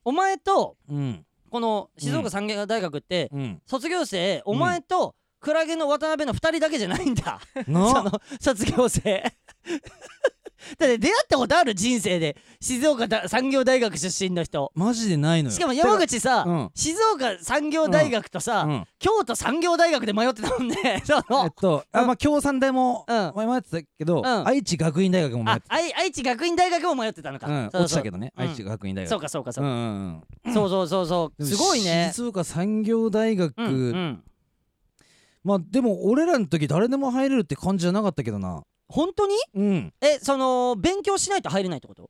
Speaker 1: お前と
Speaker 2: うん
Speaker 1: この静岡産業大学って、
Speaker 2: うん
Speaker 1: 卒業生お
Speaker 2: うん
Speaker 1: 前とクラゲの渡辺の2人だけじゃないん だそ
Speaker 2: な
Speaker 1: の卒業 生だって出会ったことある人生で静岡だ産業大学出身の人
Speaker 2: マジでないのよ
Speaker 1: しかも山口さ、
Speaker 2: うん
Speaker 1: 静岡産業大学とさ、
Speaker 2: うん
Speaker 1: 京都産業大学で迷ってたもん ねそ
Speaker 2: えっ
Speaker 1: の
Speaker 2: とあまあ共産大も
Speaker 1: うん
Speaker 2: 迷ってたけど
Speaker 1: うん
Speaker 2: 愛知学院大学も迷っ
Speaker 1: あ
Speaker 2: て
Speaker 1: 愛愛知学院大学も迷ってたのか、
Speaker 2: たうん
Speaker 1: そう
Speaker 2: 落ち
Speaker 1: そう
Speaker 2: たけどね
Speaker 1: うん
Speaker 2: 愛知学院大学
Speaker 1: そうかそうかそうう,、
Speaker 2: んうんうん
Speaker 1: そうそうそうそう
Speaker 2: ですも
Speaker 1: ごいね
Speaker 2: 静岡産業大学、
Speaker 1: うんうん
Speaker 2: まあでも俺らの時誰でも入れるって感じじゃなかったけどな
Speaker 1: 本当に
Speaker 2: うん
Speaker 1: えその勉強しないと入れないってこと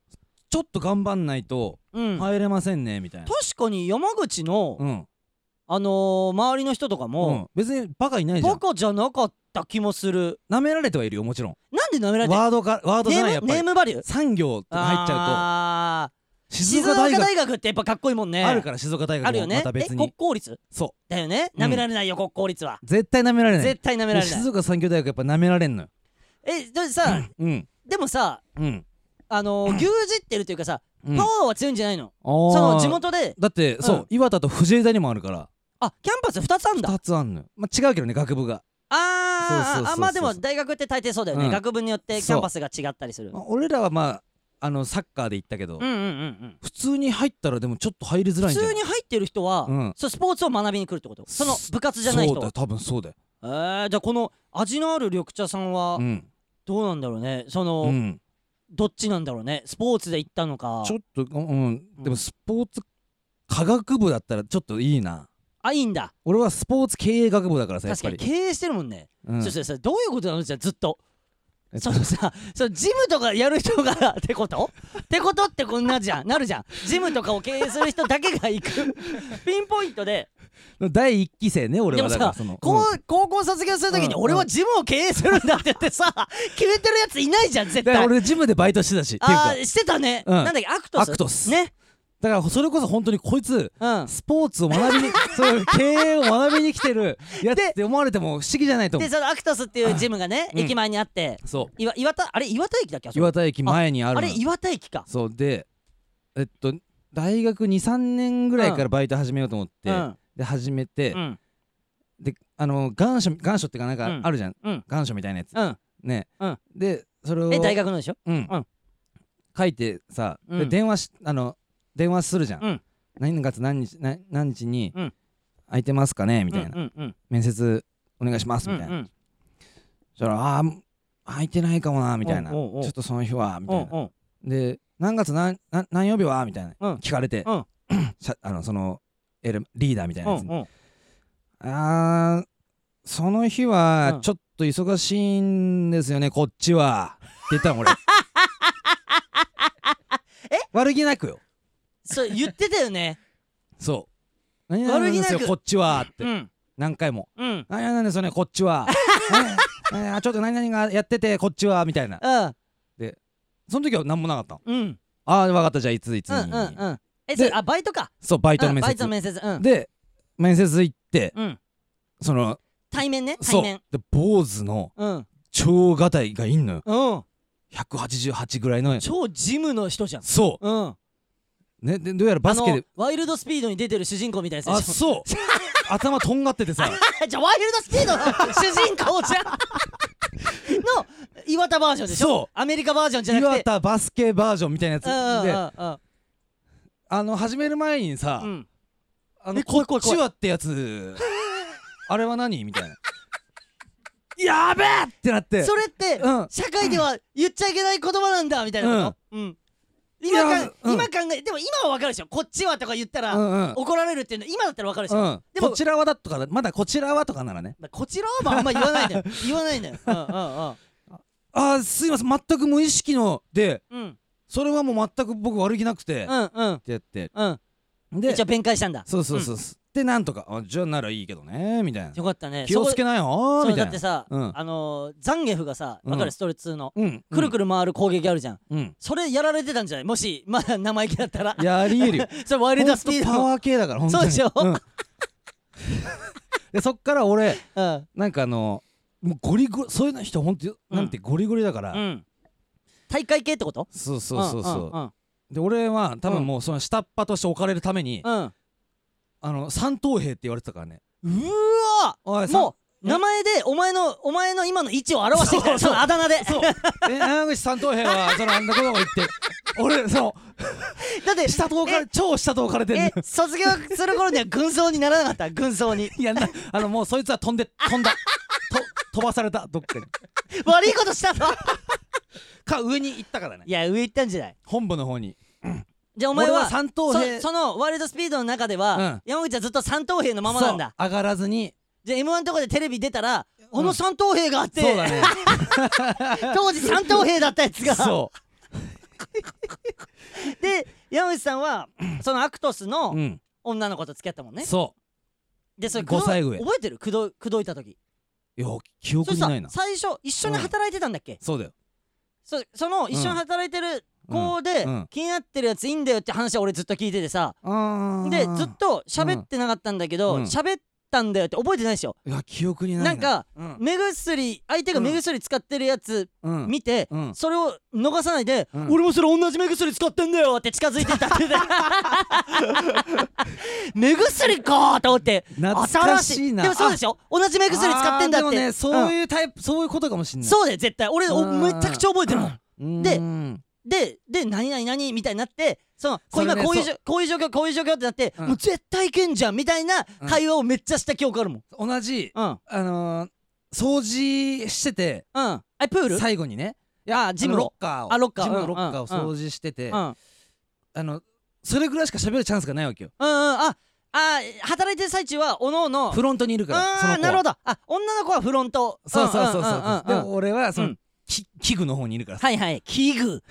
Speaker 2: ちょっと頑張んないと
Speaker 1: うん、
Speaker 2: 入れませんねみたいな、
Speaker 1: 確かに山口の、
Speaker 2: うん
Speaker 1: あのー、周りの人とか
Speaker 2: う
Speaker 1: も、
Speaker 2: ん、別にバカいないじゃ
Speaker 1: バ
Speaker 2: ん
Speaker 1: カじゃなかった気もする
Speaker 2: なめられてはいるよもちろん
Speaker 1: なんで舐められてる
Speaker 2: ワードかワードじ
Speaker 1: ネ
Speaker 2: ゃないや
Speaker 1: ー
Speaker 2: っ
Speaker 1: ム
Speaker 2: ぱ
Speaker 1: ネー
Speaker 2: り
Speaker 1: ムバリュー
Speaker 2: 産業って入っちゃう
Speaker 1: ゃう
Speaker 2: と
Speaker 1: と
Speaker 2: 静
Speaker 1: 静
Speaker 2: 岡
Speaker 1: 岡
Speaker 2: 大学
Speaker 1: 大学ってやっぱかっこいいもんね
Speaker 2: あるから静岡大
Speaker 1: あ
Speaker 2: 学
Speaker 1: るよ
Speaker 2: も
Speaker 1: ね
Speaker 2: また
Speaker 1: え
Speaker 2: 別に、
Speaker 1: 国公立
Speaker 2: そ
Speaker 1: だよね
Speaker 2: うん
Speaker 1: 舐められないよ、国公立は
Speaker 2: う絶対なめられない
Speaker 1: 絶対舐められない
Speaker 2: 静岡産業大学やっぱなめられんのよ
Speaker 1: えだってさ、
Speaker 2: うん
Speaker 1: でもさ
Speaker 2: うん
Speaker 1: あのー、牛耳ってるというかさ、
Speaker 2: うん
Speaker 1: パワーは強いんじゃないの、
Speaker 2: そ
Speaker 1: その地元で
Speaker 2: だって、そうう岩田と藤枝にもあるから
Speaker 1: あキャンパス2つあんだ
Speaker 2: 2つあんのよ、まあ、違うけどね学部が、
Speaker 1: あ
Speaker 2: そうそ
Speaker 1: ー
Speaker 2: うそうそう
Speaker 1: あまあでも大学って大抵そうだよね、
Speaker 2: うん
Speaker 1: 学部によってキャンパスが違ったりする
Speaker 2: まあ、俺らはまああのサッカーで行ったけど、
Speaker 1: うんうんうんうん
Speaker 2: 普通に入ったらでもちょっと入りづら
Speaker 1: 普
Speaker 2: いんじゃな
Speaker 1: 通
Speaker 2: い
Speaker 1: に入ってる人は、
Speaker 2: うん
Speaker 1: そうスポーツを学びに来るってことその部活じゃない
Speaker 2: そう
Speaker 1: 人
Speaker 2: だ
Speaker 1: は
Speaker 2: よ多分そうだよ
Speaker 1: えー、じゃあこの味のある緑茶さんは
Speaker 2: うん、
Speaker 1: どうなんだろうねその、
Speaker 2: うん、
Speaker 1: どっちなんだろうねスポーツで行ったのか
Speaker 2: ちょっとうんでもスポーツ科学部だったらちょっといいな
Speaker 1: あいいんだ
Speaker 2: 俺はスポーツ経営学部だからさやっ
Speaker 1: 確
Speaker 2: ぱ
Speaker 1: かに
Speaker 2: り
Speaker 1: 経営してるもんね、
Speaker 2: うん
Speaker 1: そしてさどういうことなのじゃあずっと
Speaker 2: えっ
Speaker 1: そ
Speaker 2: と
Speaker 1: のさそのジムとかやる人が ってことってことってこんなじゃんなるじゃんジムとかを経営する人だけが行 くピンポイントで
Speaker 2: 第一期生ね俺
Speaker 1: でも
Speaker 2: はだから
Speaker 1: さ
Speaker 2: その
Speaker 1: 高
Speaker 2: うん
Speaker 1: 高校卒業するときに
Speaker 2: うん
Speaker 1: 俺はジムを経営するんだって言ってさ 決めてるやついないじゃん絶
Speaker 2: だか
Speaker 1: 対
Speaker 2: ら俺ジムでバイトしてたしっていう
Speaker 1: あ
Speaker 2: か
Speaker 1: ーしてたね
Speaker 2: うん
Speaker 1: なんだっけアクト
Speaker 2: ア
Speaker 1: ス
Speaker 2: クトス
Speaker 1: ね
Speaker 2: だからそれこそ本当にこいつ
Speaker 1: うん
Speaker 2: スポーツを学 びにそういう経営を学びに来てるやつ
Speaker 1: で
Speaker 2: って思われても不思議じゃないと思
Speaker 1: で
Speaker 2: う
Speaker 1: そのアクトスっていうジムがね
Speaker 2: うん
Speaker 1: 駅前にあって
Speaker 2: そう
Speaker 1: 岩岩田あれ岩田駅だっけあそこ
Speaker 2: 岩田駅前にある
Speaker 1: あ
Speaker 2: の
Speaker 1: れ岩田駅か
Speaker 2: そうでえっと大学23年ぐらいからバイト始めようと思って、
Speaker 1: うん
Speaker 2: で始めて、
Speaker 1: うん
Speaker 2: であの願書願書っていうかなん
Speaker 1: うん
Speaker 2: かあるじゃん、
Speaker 1: うん
Speaker 2: 願書みたいなやつ、
Speaker 1: うん
Speaker 2: ね、
Speaker 1: うん
Speaker 2: でそれを
Speaker 1: え大学のでしょ
Speaker 2: うん
Speaker 1: うん
Speaker 2: 書いてさ、
Speaker 1: うん
Speaker 2: で電話しあの電話するじゃん、
Speaker 1: うん
Speaker 2: 何月何日何何日に
Speaker 1: うん
Speaker 2: 空いてますかねみたいな、
Speaker 1: うんうん
Speaker 2: 面接お願いします
Speaker 1: うん
Speaker 2: み
Speaker 1: うん
Speaker 2: たいな、
Speaker 1: うん
Speaker 2: そしたらあー空いてないかもなみたいな、
Speaker 1: おうおうおう
Speaker 2: ちょっとその日はみ
Speaker 1: う
Speaker 2: たい
Speaker 1: ん
Speaker 2: な、
Speaker 1: うん
Speaker 2: で何月何何何曜日はみたいな、
Speaker 1: うん
Speaker 2: 聞かれて、
Speaker 1: うん
Speaker 2: しゃあのそのエレリーダーみたいな
Speaker 1: う
Speaker 2: やつに、
Speaker 1: んうん
Speaker 2: あーその日
Speaker 1: う
Speaker 2: は
Speaker 1: ん
Speaker 2: ちょっと忙しいんですよねこっちはって言った の俺え悪気なくよ
Speaker 1: そう言ってたよね
Speaker 2: そう何々なんです
Speaker 1: 悪気な
Speaker 2: よ
Speaker 1: く
Speaker 2: こっちはって、
Speaker 1: うん
Speaker 2: 何回も
Speaker 1: うん
Speaker 2: 何々なんですよねこっ ちは何々あちょっと何々がやっててこっちはみたいな
Speaker 1: うん
Speaker 2: その時は何もなかったの
Speaker 1: うん
Speaker 2: ああ分かったじゃあいついつ
Speaker 1: うんう
Speaker 2: に、
Speaker 1: んうんえそれ
Speaker 2: で
Speaker 1: あバイトか
Speaker 2: そうバイトの
Speaker 1: うん
Speaker 2: 面
Speaker 1: バイ
Speaker 2: 接
Speaker 1: トの面接うん
Speaker 2: で面接行って
Speaker 1: うん
Speaker 2: その
Speaker 1: 対面ね
Speaker 2: そ
Speaker 1: 対
Speaker 2: う
Speaker 1: 面
Speaker 2: で坊主の
Speaker 1: うん
Speaker 2: 超がたいがいんのよ
Speaker 1: うん
Speaker 2: 188ぐらいの
Speaker 1: 超ジムの人じゃん
Speaker 2: そ
Speaker 1: うん
Speaker 2: うねでどうやらバスケで
Speaker 1: あのワイルドスピードに出てる主人公みたいな
Speaker 2: あ
Speaker 1: やつでし
Speaker 2: そう頭とんがっててさ
Speaker 1: ょじゃあワイルドスピードの主人公 じゃんの岩田バージョンでしょ
Speaker 2: そう
Speaker 1: アメリカバージョンじゃなく
Speaker 2: 岩
Speaker 1: て
Speaker 2: 田バスケバージョンみたいなやつ
Speaker 1: うん
Speaker 2: であの始める前にさ
Speaker 1: うんうんうん
Speaker 2: あ
Speaker 1: え
Speaker 2: の
Speaker 1: 怖
Speaker 2: こ
Speaker 1: い怖い怖い
Speaker 2: っちはってやつあれは何みたいなやべえってなって
Speaker 1: それって、
Speaker 2: うん
Speaker 1: 社会では言っちゃいけない言葉なんだみたいなこと、うん今
Speaker 2: い
Speaker 1: か
Speaker 2: や、うん
Speaker 1: 今考えでも今は分かるでしょこっちはとか言ったら、
Speaker 2: うんうん
Speaker 1: 怒られるっていうの今だったら分かるでしょ、
Speaker 2: うん
Speaker 1: でも
Speaker 2: こちらはだとかまだこちらはとかならね
Speaker 1: まあこちらはまああんま言わないんだよ言わないんだようんう
Speaker 2: あーすいません全く無意識ので
Speaker 1: んうん
Speaker 2: それはもう全く僕悪気なくて、
Speaker 1: うんうん
Speaker 2: ってやって
Speaker 1: うんうん
Speaker 2: で
Speaker 1: 一応弁解したんだ
Speaker 2: そうそうそう、でなんとかあじゃあならいいけどねみたいな
Speaker 1: よかったね
Speaker 2: 気をつけなよ
Speaker 1: そ
Speaker 2: ー
Speaker 1: こそ
Speaker 2: み
Speaker 1: う
Speaker 2: た
Speaker 1: だ
Speaker 2: い
Speaker 1: っ
Speaker 2: な
Speaker 1: てさ、
Speaker 2: うん
Speaker 1: あのーザンゲフがさ分かる、
Speaker 2: うん
Speaker 1: ストレート2の
Speaker 2: うん
Speaker 1: くるくる回る攻撃あるじゃん、
Speaker 2: るうん
Speaker 1: それやられてたんじゃないもしまだ生意気だったら
Speaker 2: やりえるよ
Speaker 1: それワイルドスピ
Speaker 2: ほん
Speaker 1: ー
Speaker 2: と
Speaker 1: ド
Speaker 2: パ
Speaker 1: の
Speaker 2: ワー系だから本当に
Speaker 1: そうでしょ
Speaker 2: んでそっから俺
Speaker 1: うん
Speaker 2: なんかあのもうゴリゴリそういう人ほんとなんてゴリゴリだから、
Speaker 1: うん大会系ってこと
Speaker 2: そうそうそうそう、
Speaker 1: ん
Speaker 2: で俺は多
Speaker 1: うん
Speaker 2: 分もうその下っ端として置かれるために、
Speaker 1: うんうん
Speaker 2: あの三等兵って言われてたからね
Speaker 1: うんうわ
Speaker 2: おい三
Speaker 1: もう名前でお前のお前の今の位置を表してきたよそ
Speaker 2: そうそう
Speaker 1: のあだ名で
Speaker 2: そうえ山口三等兵はそのあんなことを言って俺その
Speaker 1: だって
Speaker 2: 下と置かれ超下と置かれてんの
Speaker 1: ええ卒業する頃には軍曹にならなかった軍曹に
Speaker 2: いやなあのもうそいつは飛んで飛んだ と飛ばされたどっかに
Speaker 1: 悪いことしたぞ
Speaker 2: か上に行ったからね
Speaker 1: いや上行ったんじゃない
Speaker 2: 本部の方に
Speaker 1: じゃあお前
Speaker 2: 俺
Speaker 1: は
Speaker 2: 三等
Speaker 1: そ
Speaker 2: 兵
Speaker 1: そのワイルドスピードの中では、
Speaker 2: うん
Speaker 1: 山口はずっと三等兵のままなんだ
Speaker 2: そう上がらずに
Speaker 1: じゃあ m 1とかでテレビ出たら、あの三等兵があって、
Speaker 2: そうだね
Speaker 1: 当時三等兵だったやつが
Speaker 2: そ
Speaker 1: で山口さんはそのアクトス
Speaker 2: う、
Speaker 1: の
Speaker 2: うん、
Speaker 1: 女の子と付き合ったもんね、
Speaker 2: そ
Speaker 1: でそれ
Speaker 2: 五歳上
Speaker 1: くどい覚えてるくどくどいた時
Speaker 2: ういや記
Speaker 1: そ
Speaker 2: 憶
Speaker 1: れ
Speaker 2: に
Speaker 1: さ
Speaker 2: ないな
Speaker 1: 最初一緒に働いてたんだっけ、
Speaker 2: そうだよ
Speaker 1: そその一緒に働いてる子で、
Speaker 2: うんうん
Speaker 1: 気になってるやついいんだよって話は俺ずっと聞いててさ、
Speaker 2: あ
Speaker 1: でずっと喋ってなかったんだけど
Speaker 2: うん
Speaker 1: 喋、ったんだよって覚えてないでしょ、
Speaker 2: いや記憶にない
Speaker 1: なんか
Speaker 2: うん
Speaker 1: 目薬相手が目薬使ってるやつ
Speaker 2: うん
Speaker 1: 見て、
Speaker 2: うん
Speaker 1: それを逃さないで、
Speaker 2: うん
Speaker 1: 俺もそれ同じ目薬使ってんだよって近づいてったって 目薬かーと思って
Speaker 2: 懐か
Speaker 1: 新
Speaker 2: しいな
Speaker 1: でもそうでしょ同じ目薬使ってんだって
Speaker 2: あーでもねそう
Speaker 1: うん
Speaker 2: いうタイプそういうことかもしんない
Speaker 1: そうだよ絶対俺お
Speaker 2: うん
Speaker 1: めちゃくちゃ覚えてるもん
Speaker 2: う
Speaker 1: で
Speaker 2: うん
Speaker 1: で、で、何々何みたいになって、その、こう
Speaker 2: それ
Speaker 1: 今
Speaker 2: ね
Speaker 1: こういう
Speaker 2: そ
Speaker 1: じょ、こういう状況、こういう状況ってなって、
Speaker 2: うん
Speaker 1: もう絶対いけんじゃんみたいな
Speaker 2: うん
Speaker 1: 会話をめっちゃした記憶あるもん。
Speaker 2: 同じ
Speaker 1: うん。うん。
Speaker 2: あのー掃除してて
Speaker 1: あ、プール
Speaker 2: 最後にねい
Speaker 1: あジムを
Speaker 2: あのロッカーを
Speaker 1: あロッカー
Speaker 2: ジム
Speaker 1: う
Speaker 2: の
Speaker 1: ん
Speaker 2: ロッカーを
Speaker 1: うん
Speaker 2: 掃除してて、
Speaker 1: うん。うんうん。
Speaker 2: あのそれぐらいしか喋るチャンスがないわけよ
Speaker 1: あ、あ、働いてる最中は、おのおの、
Speaker 2: フロントにいるからその
Speaker 1: あー、
Speaker 2: 子は
Speaker 1: なるほど。あ、女の子はフロント。
Speaker 2: そうそうそ
Speaker 1: ん
Speaker 2: うそ
Speaker 1: んん
Speaker 2: うんで
Speaker 1: うん
Speaker 2: 俺はそうの
Speaker 1: ん
Speaker 2: き器具の方にいるからさ
Speaker 1: はいはい。器 具。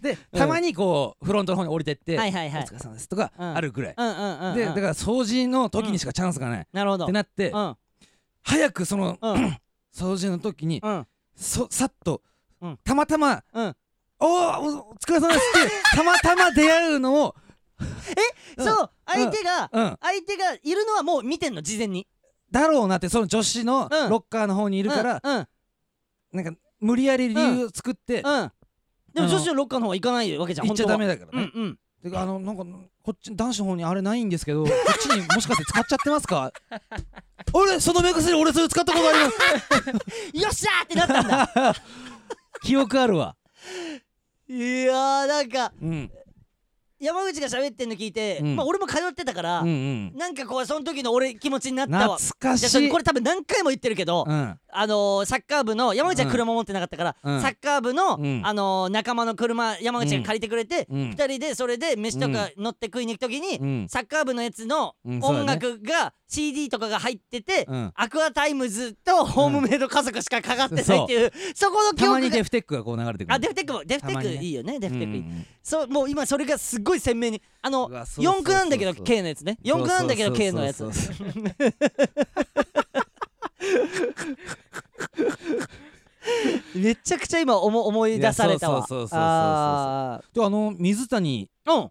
Speaker 2: で
Speaker 1: うん
Speaker 2: たまにこうフロントの方に降りてって
Speaker 1: はいはいは
Speaker 2: お
Speaker 1: い
Speaker 2: 疲。れ様です」とか
Speaker 1: うん
Speaker 2: あるぐらい
Speaker 1: うんうんうんうん。
Speaker 2: でだから掃除の時にしかチャンスがないっ
Speaker 1: なるほど。
Speaker 2: てなって
Speaker 1: うん。
Speaker 2: 早くその
Speaker 1: うん。
Speaker 2: 掃除の時に
Speaker 1: うん。
Speaker 2: そさっと
Speaker 1: うん
Speaker 2: たまたま
Speaker 1: うん。
Speaker 2: 「おーおお疲れ様です」 ってたまたま出会うのをうん
Speaker 1: そう、相手が、
Speaker 2: うん
Speaker 1: 相手がいるのはもう見てんの、事前に。
Speaker 2: だろうなってその女子の
Speaker 1: うん
Speaker 2: ロッカーの方にい
Speaker 1: い
Speaker 2: るから
Speaker 1: うん。
Speaker 2: なんか無理やり理由を作っ
Speaker 1: う
Speaker 2: て
Speaker 1: ん。でも
Speaker 2: あの
Speaker 1: 女子のロッカーの方は行かないわけじゃん。
Speaker 2: 行っちゃダメだか
Speaker 1: う
Speaker 2: らね
Speaker 1: んうん。
Speaker 2: であのなんかこっち男子の方にあれないんですけどこっちにもしかして使っちゃってますか 俺その目薬俺それ使ったことありま す
Speaker 1: よっしゃーってなったんだ。
Speaker 2: 記憶あるわ
Speaker 1: いやーなんか
Speaker 2: うん
Speaker 1: 山口が喋ってんの聞いて、
Speaker 2: うん
Speaker 1: まあ俺も通ってたから、
Speaker 2: うんうん
Speaker 1: なんかこうその時の俺気持ちになった
Speaker 2: 懐
Speaker 1: わ。
Speaker 2: か
Speaker 1: いや
Speaker 2: し
Speaker 1: それ
Speaker 2: い
Speaker 1: これ多分何回も言ってるけど、
Speaker 2: うん
Speaker 1: あのー、サッカー部の山口は車持ってなかったから、
Speaker 2: うん
Speaker 1: サッカー部の、
Speaker 2: うん
Speaker 1: あのー、仲間の車山口が借りてくれて、
Speaker 2: う
Speaker 1: 二
Speaker 2: ん
Speaker 1: 人でそれで飯とか乗って食いに行く時に、
Speaker 2: うん
Speaker 1: サッカー部のやつの
Speaker 2: うんそうだね
Speaker 1: 音楽が CD とかが入ってて、
Speaker 2: うん
Speaker 1: アクアタイムズとホームメイド家族しかかかってないっていう、そこの記
Speaker 2: たま
Speaker 1: 憶
Speaker 2: に
Speaker 1: が
Speaker 2: デフテックがこう流れてくる
Speaker 1: あデフテックもデフテ
Speaker 2: たまに
Speaker 1: ック
Speaker 2: ね
Speaker 1: いいよねデフテックいい、
Speaker 2: うん
Speaker 1: そうもう今それがすごい鮮明にあの
Speaker 2: うわそうそう
Speaker 1: 四駆なんだけど
Speaker 2: そう
Speaker 1: K のやつね四駆なんだけど
Speaker 2: そうそう
Speaker 1: K のやつ
Speaker 2: そうそう
Speaker 1: めちゃくちゃ今思思い出されたわ
Speaker 2: いやそうそうそうそうそうそう
Speaker 1: あ
Speaker 2: であの水谷
Speaker 1: ーうん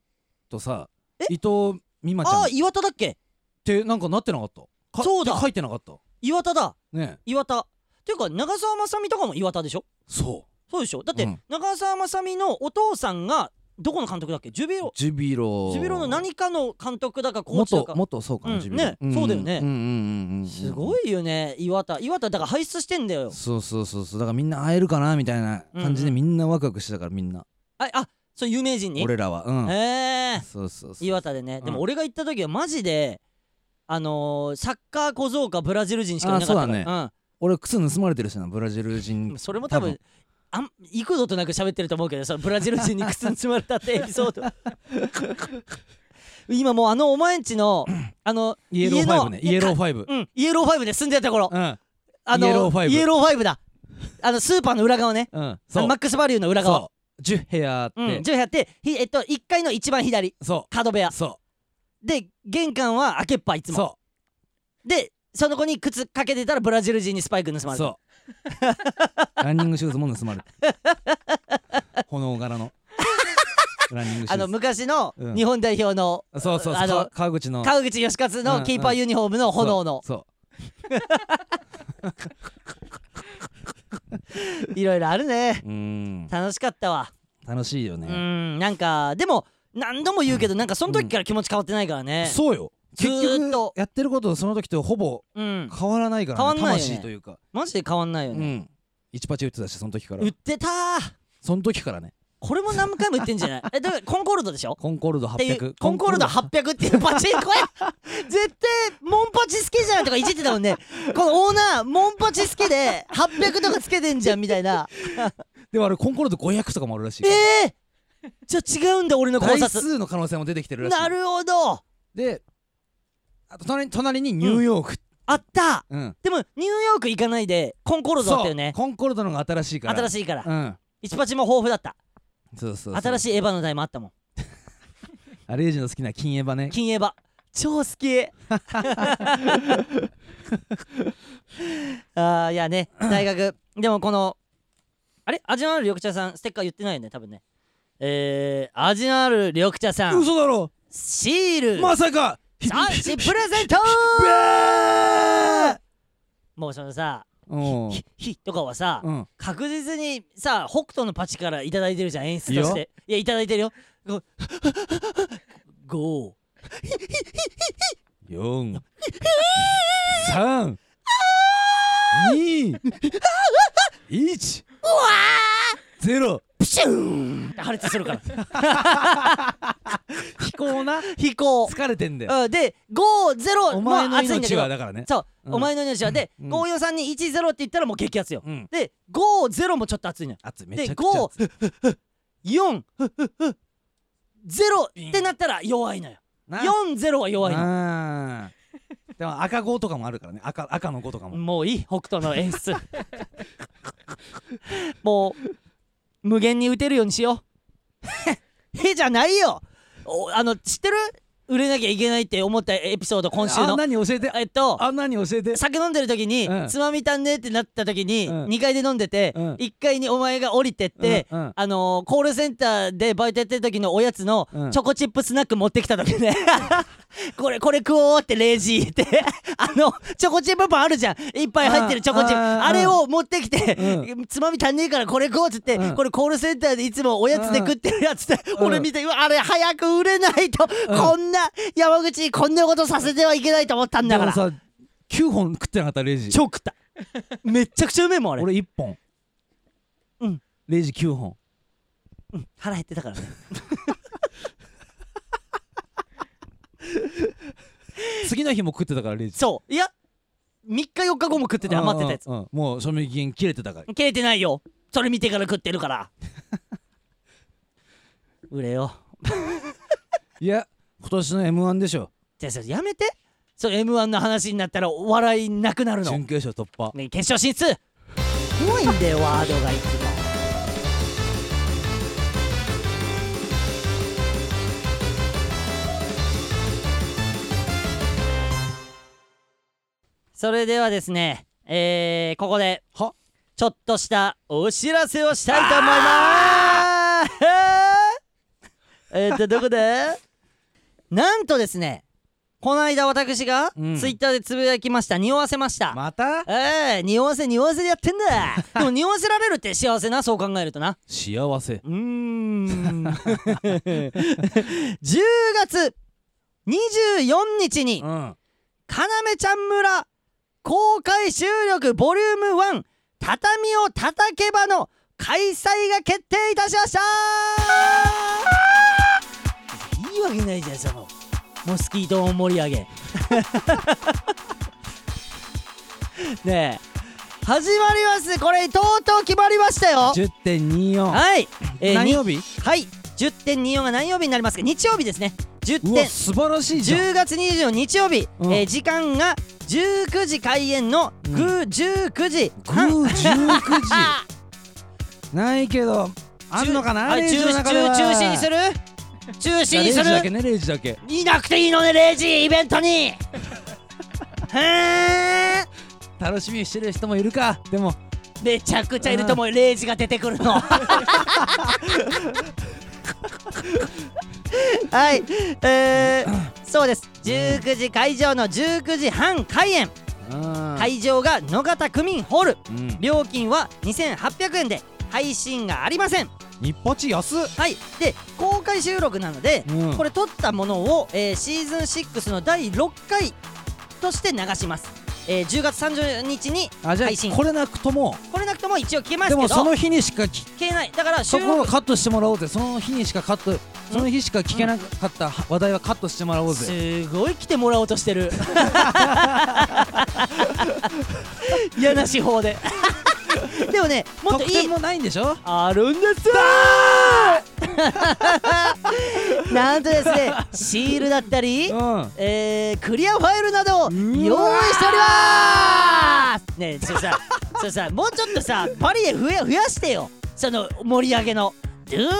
Speaker 2: とさ伊藤美誠ちゃん
Speaker 1: あ
Speaker 2: っ
Speaker 1: ー岩田だっけ
Speaker 2: てなんかなってなかったか
Speaker 1: そうだ
Speaker 2: って書いてなかった
Speaker 1: 岩田だ
Speaker 2: ねえ
Speaker 1: 岩田っていうか長澤まさみとかも岩田でしょ
Speaker 2: そ
Speaker 1: そうでしょだって、
Speaker 2: うん
Speaker 1: 長澤まさみのお父さんがどこの監督だっけジュビ
Speaker 2: う
Speaker 1: ロ
Speaker 2: ジュビロ
Speaker 1: ジュビロの何かの監督だかコーチだ
Speaker 2: 元
Speaker 1: か
Speaker 2: 元そうか
Speaker 1: う
Speaker 2: なんジュビロ
Speaker 1: ね
Speaker 2: ん
Speaker 1: そうだよね
Speaker 2: うんうんうんうん
Speaker 1: すごいよね岩田岩田だから輩出してんだよ
Speaker 2: そうそうそうそうだからみんな会えるかなみたいな感じ
Speaker 1: うんう
Speaker 2: で
Speaker 1: ん
Speaker 2: みんなワクワクしてたからみんな
Speaker 1: ああそう有名人に
Speaker 2: 俺らはうん
Speaker 1: ええ
Speaker 2: そうそうそう
Speaker 1: 岩田でね、
Speaker 2: うん
Speaker 1: でも俺が行った時はマジであのーサッカー小僧かブラジル人しかいなかった
Speaker 2: あーそう
Speaker 1: だね、
Speaker 2: 俺靴盗まれてるしなブラジル
Speaker 1: うん、で
Speaker 2: 人
Speaker 1: もそれも多分
Speaker 2: 多分
Speaker 1: あん幾度となく喋ってると思うけどさブラジル人に靴積まれたってエピソー ド今もうあのお前んちのあの
Speaker 2: イエローファイブねイエロー
Speaker 1: フ
Speaker 2: ファイブ
Speaker 1: うんイエローファイブで住んでた頃
Speaker 2: うん
Speaker 1: あの
Speaker 2: イエローファイブ
Speaker 1: イエローファイブだあのスーパーの裏側ね
Speaker 2: うん
Speaker 1: あ
Speaker 2: そ
Speaker 1: の
Speaker 2: う
Speaker 1: マックスバリューの裏側
Speaker 2: そう10部屋あっ
Speaker 1: う
Speaker 2: て
Speaker 1: ん、10やってひえっと1階の一番左
Speaker 2: そ
Speaker 1: 角部屋
Speaker 2: うそ
Speaker 1: で玄関は開けっぱいうつも
Speaker 2: そ
Speaker 1: でその子に靴かけてたらブラジル人にスパイク盗まれた
Speaker 2: うそう ランニングシューズも盗まれた炎 柄のランニングシュ
Speaker 1: あの
Speaker 2: ーズ
Speaker 1: 昔の
Speaker 2: うん
Speaker 1: 日本代表の
Speaker 2: そうそう
Speaker 1: あの
Speaker 2: か川口の
Speaker 1: 川口義勝
Speaker 2: う
Speaker 1: の
Speaker 2: ん
Speaker 1: キーパーユニフォームの炎の
Speaker 2: そう
Speaker 1: いろいろあるね
Speaker 2: そううーん
Speaker 1: 楽しかったわ
Speaker 2: 楽しいよ
Speaker 1: う
Speaker 2: ね
Speaker 1: んなんかでも何度も言うけどなんかその時から気持ち変わってないからね
Speaker 2: そうよ
Speaker 1: ず
Speaker 2: 結
Speaker 1: ーっと
Speaker 2: 局やってることとその時とほぼ
Speaker 1: うん
Speaker 2: 変わらないから、ね、
Speaker 1: 変わんないよね
Speaker 2: 魂というか、
Speaker 1: マジで変わんないよ
Speaker 2: う
Speaker 1: ね
Speaker 2: ん一パチ打ってたしその時から
Speaker 1: 売ってたー
Speaker 2: その時からね
Speaker 1: これも何回も言ってんじゃ ないえだからコンコルドでしょ
Speaker 2: コンコールド
Speaker 1: っていう
Speaker 2: 800
Speaker 1: コンコールド800っていうパチンコ や絶対モンパチ好きじゃんとかいじってたもんねこのオーナーモンパチ好きで800とかつけてんじゃんみたいな
Speaker 2: でもあれコンコールド500とかもあるらしい
Speaker 1: ええじゃあ違うんだ俺の考
Speaker 2: 回
Speaker 1: 察
Speaker 2: 数の可能性も出てきてるらしい
Speaker 1: なるほど
Speaker 2: であと隣に隣にニューヨーク、
Speaker 1: あった
Speaker 2: うん
Speaker 1: でもニューヨーク行かないでコンコルドだったよね
Speaker 2: コンコルドのが新しいから
Speaker 1: 新
Speaker 2: しい
Speaker 1: しいから
Speaker 2: うん
Speaker 1: 一パチも豊富だった
Speaker 2: そうそうそう
Speaker 1: 新しいエヴァの台もあったもん
Speaker 2: あレイジの好きな金エヴァね
Speaker 1: 金エヴァ超好 きああいやね大学でもこのあれ味のある緑茶さんステッカー言ってないよね多分ねえー、味のある緑茶さん
Speaker 2: 嘘だろ
Speaker 1: シール
Speaker 2: まさか
Speaker 1: 三種プレ ゼント
Speaker 2: ブエ
Speaker 1: もうそのさ
Speaker 2: ーうん
Speaker 1: 「ひ」ひとかはさ
Speaker 2: うん
Speaker 1: 確実にさ北斗のパチから頂いただいてるじゃん演出とし
Speaker 2: い
Speaker 1: ていや頂いただいてるよ5
Speaker 2: 四、三、二、一、ゼロ。
Speaker 1: プシューンって破裂するから
Speaker 2: 飛行な。
Speaker 1: 飛行
Speaker 2: 疲れてんだよ。
Speaker 1: うんで50
Speaker 2: お
Speaker 1: まあ
Speaker 2: 前の
Speaker 1: 熱いんだけ
Speaker 2: 命は
Speaker 1: ど
Speaker 2: だからね。
Speaker 1: そう、
Speaker 2: うん
Speaker 1: お前の命はで、
Speaker 2: うん
Speaker 1: 543に10って言ったらもう激熱よ、
Speaker 2: うん。
Speaker 1: で50もちょっと熱いのよ
Speaker 2: 熱いめ
Speaker 1: で
Speaker 2: ちゃくちゃ熱い。
Speaker 1: 54ってなったら弱いのよ
Speaker 2: な
Speaker 1: 40は弱いの
Speaker 2: あーでも赤号とかもあるからね。赤赤の号とかも。
Speaker 1: もういい北斗の演出もう無限に打てるようにしようへじゃないよおあの知ってる売れなきゃいけないって思ったエピソード今週
Speaker 2: あん
Speaker 1: の
Speaker 2: なに教えて。
Speaker 1: えっと
Speaker 2: あんなに教えて。
Speaker 1: 酒飲んでる時に、
Speaker 2: うん
Speaker 1: つまみ足んねってなった時に、
Speaker 2: うん
Speaker 1: 2階で飲んでて、
Speaker 2: うん
Speaker 1: 1階にお前が降りてって、
Speaker 2: うんうん
Speaker 1: あのーコールセンターでバイトやってる時のおやつの
Speaker 2: うん
Speaker 1: チョコチップスナック持ってきた時ね これこれ食おうってレイジーって あのチョコチップパンあるじゃんいっぱい入ってるチョコチップ
Speaker 2: あー
Speaker 1: あれを持ってきて、
Speaker 2: う
Speaker 1: つまみ足んねえからこれ食おうっつって、
Speaker 2: うん
Speaker 1: これコールセンターでいつもおやつで食ってるやつで、
Speaker 2: うん
Speaker 1: 俺見てうわあれ早く売れないと、
Speaker 2: うん
Speaker 1: こんな山口にこんなことさせてはいけないと思ったんだ
Speaker 2: で
Speaker 1: か
Speaker 2: も
Speaker 1: ら。
Speaker 2: さ、九本食ってなかったレイジ。
Speaker 1: 超食っためっちゃくちゃうめえもんあれ
Speaker 2: 俺一本。
Speaker 1: うん。
Speaker 2: レイジ九本。
Speaker 1: 腹減ってたからね
Speaker 2: 次の日も食ってたからレイジ。
Speaker 1: そういや3日4日後も食ってて余ってたやつ
Speaker 2: うんうんうんもう賞味期限切れてたから
Speaker 1: 切れてないよそれ見てから食ってるから 売れよ
Speaker 2: いや今年の m 1でしょ
Speaker 1: じゃあそれやめてそれ m 1の話になったらお笑いなくなるの、
Speaker 2: 準
Speaker 1: ね、
Speaker 2: 決勝突破
Speaker 1: 決勝進出多いんだよワードがいつもそれではですねえー、ここで
Speaker 2: は
Speaker 1: ちょっとしたお知らせをしたいと思います。 えーっと、どこだ なんとですね、この間私が
Speaker 2: うん
Speaker 1: ツイッターでつぶやきました、匂わせました。
Speaker 2: また
Speaker 1: ええ匂わせ匂わせでやってん だでも匂わせられるって幸せなそう考えるとな
Speaker 2: 幸せ
Speaker 1: うー ん10月24日に
Speaker 2: うん
Speaker 1: かなめちゃん村公開収録ボリューム1畳を叩けばの開催が決定いたしましたいいわけないじゃんそのモスキートを盛 り上げ
Speaker 3: え
Speaker 1: ね
Speaker 3: 始まりますこれとうとう決まりましたよ
Speaker 2: 10.24
Speaker 1: はい、えー
Speaker 2: 何
Speaker 1: に
Speaker 2: 曜日
Speaker 3: はい10.24が何曜日になりますか日曜日ですね10
Speaker 2: うわ
Speaker 3: 点
Speaker 2: 素晴らしいじゃん
Speaker 3: 10月24日曜日、
Speaker 2: うん
Speaker 3: えー時間が19時開演のぐ19時半、
Speaker 2: 9 19時ないけどあんのかな
Speaker 3: あ
Speaker 2: レイ
Speaker 3: 中
Speaker 2: ジの中では
Speaker 3: 中中止にする中止にす
Speaker 2: じゃあレイジだけ
Speaker 3: る
Speaker 2: ねレイジだけ
Speaker 3: いなくていいのね0時イベントに へー
Speaker 2: 楽しみにしてる人もいるかでも
Speaker 1: めちゃくちゃいると思うレイジが出てくる の
Speaker 3: はいえー、そうです19時会場の19時半開演
Speaker 2: は
Speaker 3: 会場が野方区民ホール
Speaker 2: うん
Speaker 3: 料金は2800円で配信がありません
Speaker 2: 日ポチ安っ
Speaker 3: はいで公開収録なので、
Speaker 2: うん
Speaker 3: これ撮ったものを、えーシーズン6の第6回として流します、えー10月30日に
Speaker 2: あじゃ
Speaker 3: 配信
Speaker 2: あこれなくとも
Speaker 3: これなくとも一応聞けます
Speaker 2: で
Speaker 3: けど
Speaker 2: もその日にしか聞
Speaker 3: 聞けないだから収
Speaker 2: そこを
Speaker 3: 録
Speaker 2: カットしてもらおうぜその日にしかカットその日しか聞けなかった話題はカットしてもらおうぜ
Speaker 1: すごい来てもらおうとして る嫌な手法で
Speaker 3: でもねもっと
Speaker 2: 得
Speaker 3: い
Speaker 2: 点
Speaker 3: い
Speaker 2: もないんでしょ
Speaker 1: あるんです
Speaker 3: なんとですねシールだったり、
Speaker 2: うん
Speaker 3: えークリアファイルなどを用意しております
Speaker 1: ねえそれさ それさもうちょっとさパリで増や増やしてよその盛り上げのうわ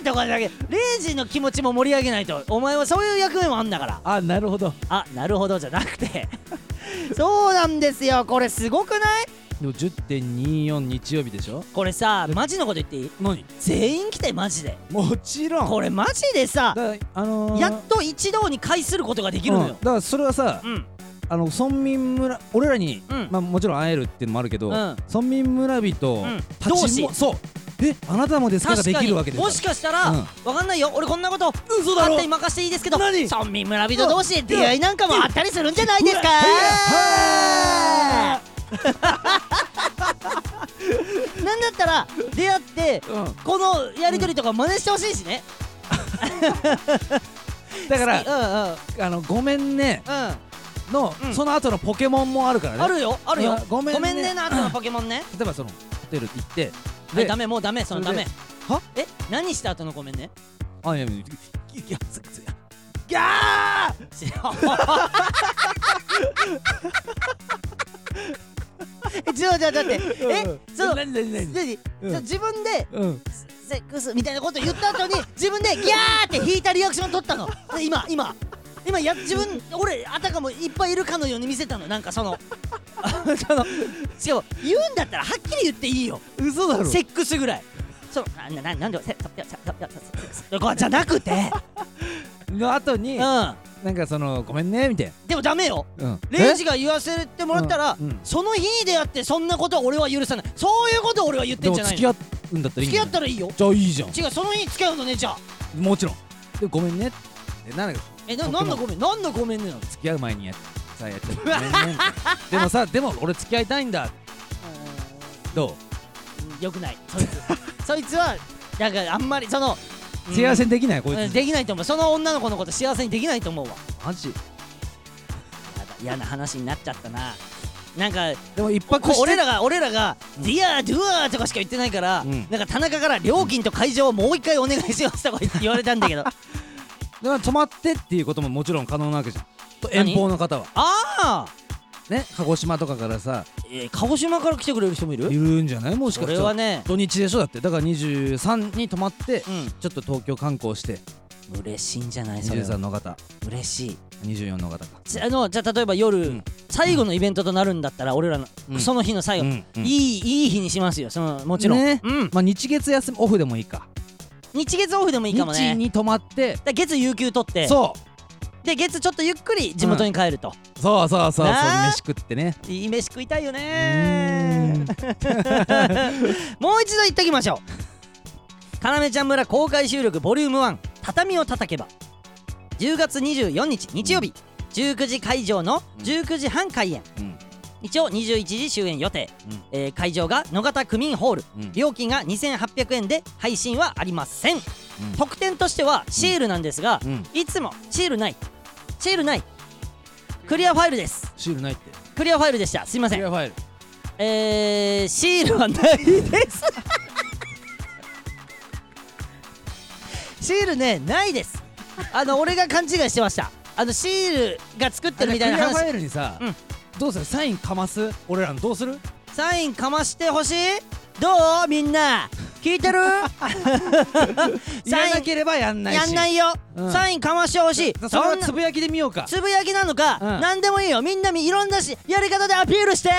Speaker 1: ーとかだけレイジの気持ちも盛り上げないとお前はそういう役目もあんだから
Speaker 2: あなるほど
Speaker 1: あなるほどじゃなくて
Speaker 3: そうなんですよこれすごくない
Speaker 2: でも10.24日曜日でしょ
Speaker 1: これさマジのこと言っていい
Speaker 2: 何
Speaker 1: 全員来てマジで
Speaker 2: もちろん
Speaker 1: これマジでさ
Speaker 2: だからあのー
Speaker 1: やっと一堂に会することができる
Speaker 2: う
Speaker 1: の
Speaker 2: ん
Speaker 1: よ
Speaker 2: だからそれはさ
Speaker 1: うん
Speaker 2: あの村民村俺らに
Speaker 1: うん
Speaker 2: まあもちろん会えるっていうのもあるけど
Speaker 1: うん
Speaker 2: 村民村人
Speaker 1: うん
Speaker 2: たち
Speaker 1: 同士
Speaker 2: もそうえあなたもですかができるわけです
Speaker 1: もしかしたら、
Speaker 2: うん
Speaker 1: わかんないよ俺こんなこと
Speaker 2: 嘘だ
Speaker 1: あ
Speaker 2: ろ
Speaker 1: んたに任せていいですけど
Speaker 2: 何
Speaker 1: 村民村人同士で出会いなんかもあったりするんじゃないですか
Speaker 3: は
Speaker 1: なんだったら出会って
Speaker 2: う
Speaker 1: このやりとりとか真似してほしいしね
Speaker 2: んだか
Speaker 1: うんうんうん
Speaker 2: らあのごめんね
Speaker 1: あ
Speaker 2: の
Speaker 1: うん
Speaker 2: その後のポケモンもあるからね
Speaker 1: るよあるよ
Speaker 2: うんごめん
Speaker 1: ご
Speaker 2: ね
Speaker 1: めんねなあのポケモンね
Speaker 2: 例えばそのホテル行って
Speaker 1: はいダメもうダメそのダメ
Speaker 2: それ
Speaker 1: え何した後のごめんね
Speaker 2: あいやいやいやいやすす
Speaker 1: ギャー
Speaker 3: ーじゃあじゃあだってえその
Speaker 2: 何何何
Speaker 3: 何
Speaker 2: うん
Speaker 3: そう自分で
Speaker 2: うん
Speaker 3: セックスみたいなこと言った後に自分でギャーって引いたリアクション取ったので今今
Speaker 1: 今や自分俺あたかもいっぱいいるかのように見せたのなんかそのそのしかも言うんだったらはっきり言っていいよ
Speaker 2: 嘘だろ
Speaker 1: セックスぐらいそのなななんでセセセセセセックスとかじゃなくて
Speaker 2: の後
Speaker 1: う
Speaker 2: に
Speaker 1: ん
Speaker 2: なんかそのごめんねみたい
Speaker 1: でもダメよ
Speaker 2: なうん
Speaker 1: レイジが言わせてもらったら、
Speaker 2: うんうん
Speaker 1: その日に出会ってそんなことは俺は許さないそういうことを俺は言っ
Speaker 2: で
Speaker 1: てん
Speaker 2: も
Speaker 1: じゃな
Speaker 2: 付
Speaker 1: い
Speaker 2: き合
Speaker 1: の
Speaker 2: うんだったらいい
Speaker 1: 付
Speaker 2: んじ
Speaker 1: き
Speaker 2: ゃ
Speaker 1: 合
Speaker 2: な
Speaker 1: っ
Speaker 2: い
Speaker 1: たらいいよ
Speaker 2: じゃあいいじゃ
Speaker 1: 違うその日に付き合うのねじゃあ
Speaker 2: んもちろんでごめんねえなんだか
Speaker 1: えな
Speaker 2: 僕も
Speaker 1: なんだごめんなんだごめんねなの
Speaker 2: 付き合う前にやっさやっちゃったごめんねみたいなでもさでも俺付き合いたいんだど
Speaker 1: よくないそいつそいつはなんかあんまりその
Speaker 2: う幸せにできないこ
Speaker 1: う
Speaker 2: い
Speaker 1: んうん
Speaker 2: つ
Speaker 1: できないと思うその女の子のこと幸せにできないと思うわ
Speaker 2: マジ
Speaker 1: やだ嫌な話になっちゃったななんか
Speaker 2: でも一泊して
Speaker 1: 俺らが俺らが「ディアードゥアー」とかしか言ってないから、
Speaker 2: うん
Speaker 1: なんか田中から「料金と会場をもう一回お願いします」とか言われたんだけどあ
Speaker 2: でも泊まってっていうことももちろん可能なわけじゃんと遠
Speaker 1: 何
Speaker 2: 方の方は
Speaker 1: あ
Speaker 2: ね鹿児島とかからさ
Speaker 1: えー鹿児島から来てくれる人もい
Speaker 2: い
Speaker 1: る
Speaker 2: るんじゃないもしか
Speaker 1: そ
Speaker 2: し
Speaker 1: れ
Speaker 2: たら
Speaker 1: はね
Speaker 2: 土日でしょだってだから23に泊まって
Speaker 1: うん
Speaker 2: ちょっと東京観光して
Speaker 1: 嬉しいんじゃないそれ
Speaker 2: 23
Speaker 1: は
Speaker 2: の方
Speaker 1: 嬉しい
Speaker 2: 24の方か
Speaker 1: じゃあのじゃあ例えば夜、
Speaker 2: ん
Speaker 1: 最後のイベントとなるんだったら俺らの、
Speaker 2: うん
Speaker 1: その日の最後、
Speaker 2: うんうん
Speaker 1: いいいい日にしますよそのもちろん、
Speaker 2: ね
Speaker 1: うん
Speaker 2: まあ日月休みオフでもいいか
Speaker 1: 日月オフでもいいかも
Speaker 2: 日
Speaker 1: ね
Speaker 2: に泊まって
Speaker 1: だから月有給取って
Speaker 2: そ
Speaker 1: で月ちょっとゆっくり地元に帰ると、
Speaker 2: うそうそうそうそう
Speaker 1: なあ
Speaker 2: 飯食ってね
Speaker 1: いい飯食いたいよね
Speaker 2: うーん
Speaker 1: もう一度言っときましょう「かなめちゃん村公開収録ボリューム1畳を叩けば」10月24日日曜日19時会場の19時半開演
Speaker 2: うん
Speaker 1: 一応21時終演予定、
Speaker 2: うん
Speaker 1: えー会場が野方区民ホール、
Speaker 2: うん
Speaker 1: 料金が2800円で配信はありません、
Speaker 2: ん
Speaker 1: 特典としてはシールなんですが、
Speaker 2: うん
Speaker 1: いつもシールないシールないクリアファイルです
Speaker 2: シールないって
Speaker 1: クリアファイルでしたすいませ
Speaker 2: クリ
Speaker 1: ん
Speaker 2: アファイル
Speaker 1: えー、シールはないです シールねないですあの俺が勘違いしてましたあのシールが作ってるみたいな
Speaker 2: あれクリアファ
Speaker 1: 話
Speaker 2: イルにさ、
Speaker 1: うん
Speaker 2: どうするサインかます俺らのどうする
Speaker 1: サインかましてほしいどうみんな聞いて るサ
Speaker 2: や
Speaker 1: イ
Speaker 2: ん
Speaker 1: ン
Speaker 2: なければやんないし
Speaker 1: やんないよ、
Speaker 2: うん
Speaker 1: サインかましてほしい
Speaker 2: そそれ
Speaker 1: そ
Speaker 2: は
Speaker 1: んな
Speaker 2: つぶやきで見ようか
Speaker 1: つぶやきなのか、
Speaker 2: うん
Speaker 1: 何でもいいよみんなみいろんなしやり方でアピールして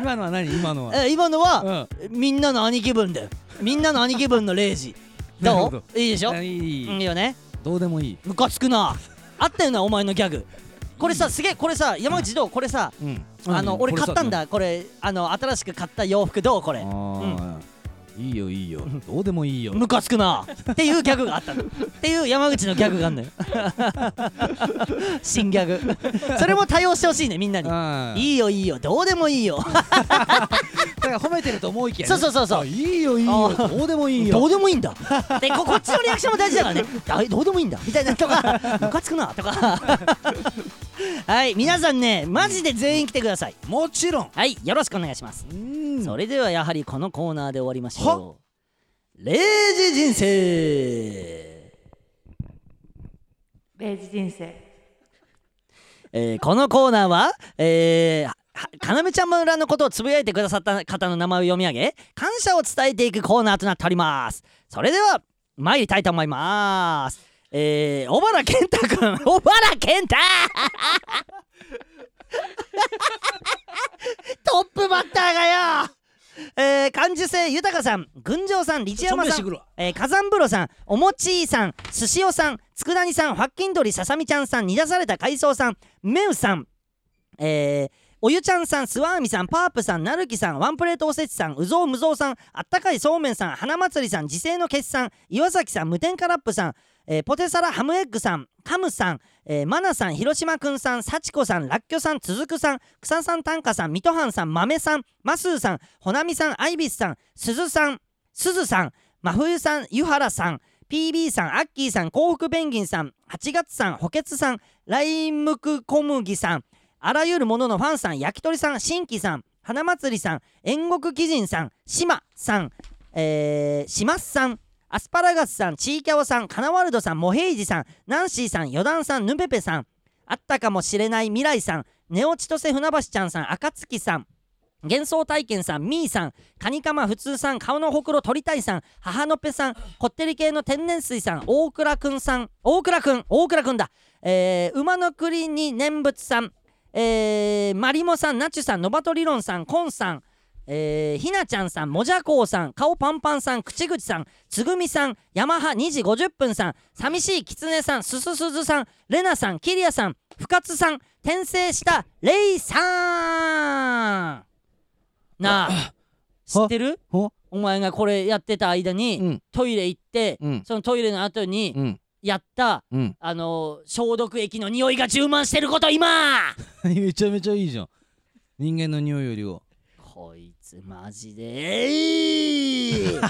Speaker 2: 今のは何今のは
Speaker 1: え今のは、
Speaker 2: うん
Speaker 1: みんなの兄貴分だよみんなの兄貴分の0時
Speaker 2: な
Speaker 1: ど
Speaker 2: るほ
Speaker 1: う
Speaker 2: ど
Speaker 1: いいでしょ
Speaker 2: いいいいいい
Speaker 1: いいよね
Speaker 2: どうでもいい
Speaker 1: ムカつくなあったよなお前のギャグこれさすげえこれさ山口どうこれさ
Speaker 2: うん
Speaker 1: あの俺買ったんだこれあの新しく買った洋服どうこ
Speaker 2: あ
Speaker 1: れ
Speaker 2: ーいいよいいよどうでもいいよ
Speaker 1: ムカつくなっていうギャグがあったのっていう山口のギャグがあ んのよ新ギャグそれも対応してほしいねみんなに
Speaker 2: あー
Speaker 1: いいよいいよどうでもいいよ
Speaker 2: だから褒めてると思いきやね
Speaker 1: そうそうそうそう
Speaker 2: あいいよいい
Speaker 1: あ
Speaker 2: よ
Speaker 1: ー
Speaker 2: どうでもいい
Speaker 1: ど
Speaker 2: よ
Speaker 1: うでもいいんだ でここっちのリアクションも大事だからねあどうでもいいんだみたいなと かムカつくなとか はい皆さんねマジで全員来てください
Speaker 2: もちろん
Speaker 1: はいよろしくお願いします、
Speaker 2: うん
Speaker 1: それではやはりこのコーナーで終わりましょう0時人生
Speaker 4: 0時人生
Speaker 1: えーこのコーナーは、えーはかなめちゃん村のことをつぶやいてくださった方の名前を読み上げ感謝を伝えていくコーナーとなっておりますそれでは参りたいと思いますえー、小原健太くん小原健太トップバッターがよえー、漢字性豊さん群青さんリチヤマさ
Speaker 2: ちょっ
Speaker 1: ん
Speaker 2: と飯食うわ
Speaker 1: えー、火山風呂さん、おもちいさん、すしおさん、つくだにさん、ファッキン鳥ささみちゃんさん、煮出された海藻さん、めうさん、えー、おゆちゃんさん、すわあみさん、パープさん、なるきさん、ワンプレートおせちさん、うぞうむぞうさん、あったかいそうめんさん、花祭りさん、自生の決算、岩崎さん、無添加ラップさん、えーポテサラハムエッグさん、カムさん、えーマナさん、広島くんさん、幸子さん、らっきょさん、続くさん、草さん、短歌さん、みとはんさん、まめさん、まスーさん、ほなみさん、アイビスさん、すずさん、すずさん、真冬さん、湯原さん、PB さん、アッキーさん、幸福ペンギンさん、8月さん、補欠さん、ライムク小麦さん、あらゆるもののファンさん、焼き鳥さん、新規さん、花祭りさん、煉獄鬼人さん、島さん、えー、しますさん、アスパラガスさん、チーキャオさん、カナワルドさん、モヘイジさん、ナンシーさん、ヨダンさん、ヌペペさん、あったかもしれない未来さん、ネオチトセ船橋ちゃんさん、あかつきさん、幻想体験さん、ミーさん、カニカマ普通さん、顔のほくろ取りたいさん、母のっぺさん、こってり系の天然水さん、大倉くんさん、大倉くん、大倉くんだ、えー、馬の栗に念仏さん、えー、マリモさん、ナチュさん、ノバトリロンさん、コンさん、えー、ひなちゃんさん、もじゃこうさん、顔パンパンさん、口口さん、つぐみさん、ヤマハ2時50分さん、寂しいきつねさん、すすすずさん、れなさん、きりやさん、深津さん、転生したれいさんなあ、知ってる
Speaker 2: ほ
Speaker 1: お前がこれやってた間に、
Speaker 2: うん
Speaker 1: トイレ行って、
Speaker 2: うん
Speaker 1: そのトイレの後に、
Speaker 2: うん
Speaker 1: やった、
Speaker 2: うん
Speaker 1: あのー消毒液の匂いが充満してること 今
Speaker 2: めちゃめちゃいいじゃん人間の匂いよりを
Speaker 1: こいつマジでえい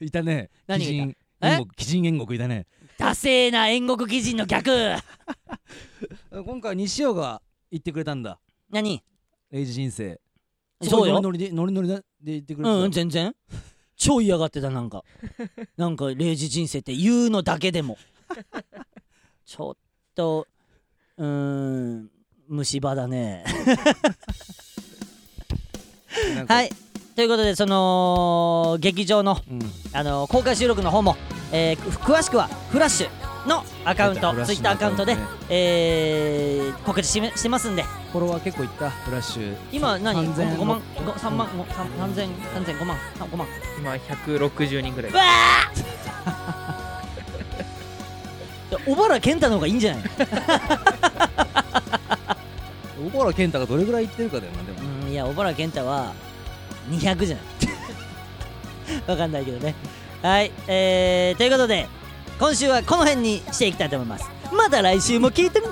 Speaker 2: いたね
Speaker 1: 何がいた
Speaker 2: 鬼人
Speaker 1: え
Speaker 2: 煉獄鬼人煉獄いたね
Speaker 1: ダセーな煉獄鬼人の逆
Speaker 2: 今回西尾が言ってくれたんだ
Speaker 1: 何
Speaker 2: エイジ人生
Speaker 1: そうよ
Speaker 2: ノリノリでノリノリで言ってくれた
Speaker 1: うん全然超嫌がってた なんかなんか「0時人生」って言うのだけで もちょっとうーん虫歯だね
Speaker 2: なんか
Speaker 1: はいということでその劇場の、
Speaker 2: うん
Speaker 1: あのー公開収録の方も、えーく詳しくはフラッシュのアカウン
Speaker 2: 出た
Speaker 1: ト
Speaker 2: フラッ
Speaker 1: ツ
Speaker 2: シ
Speaker 1: イ
Speaker 2: ュ
Speaker 1: ッ
Speaker 2: の
Speaker 1: ター
Speaker 2: ア
Speaker 1: ア
Speaker 2: カ
Speaker 1: カ
Speaker 2: ウ
Speaker 1: ウ
Speaker 2: ン
Speaker 1: ン
Speaker 2: ト
Speaker 1: ト
Speaker 2: ね
Speaker 1: で、えー告知しめしてますんで
Speaker 2: フォロワー結構いったフラッシュ
Speaker 1: 今何
Speaker 2: 3000
Speaker 1: 5万ご3万ご3 3000 3000 5万3 5万
Speaker 5: 今160人ぐらいう
Speaker 1: わあ小原健太の方がいいんじゃない
Speaker 2: 小原健太がどれぐらい言ってるかだよなで
Speaker 1: う
Speaker 2: も
Speaker 1: んいや小原健太は200じゃない わかんないけどねはいえー、ということで今週はこの辺にしていきたいと思いますまた来週も聞いてね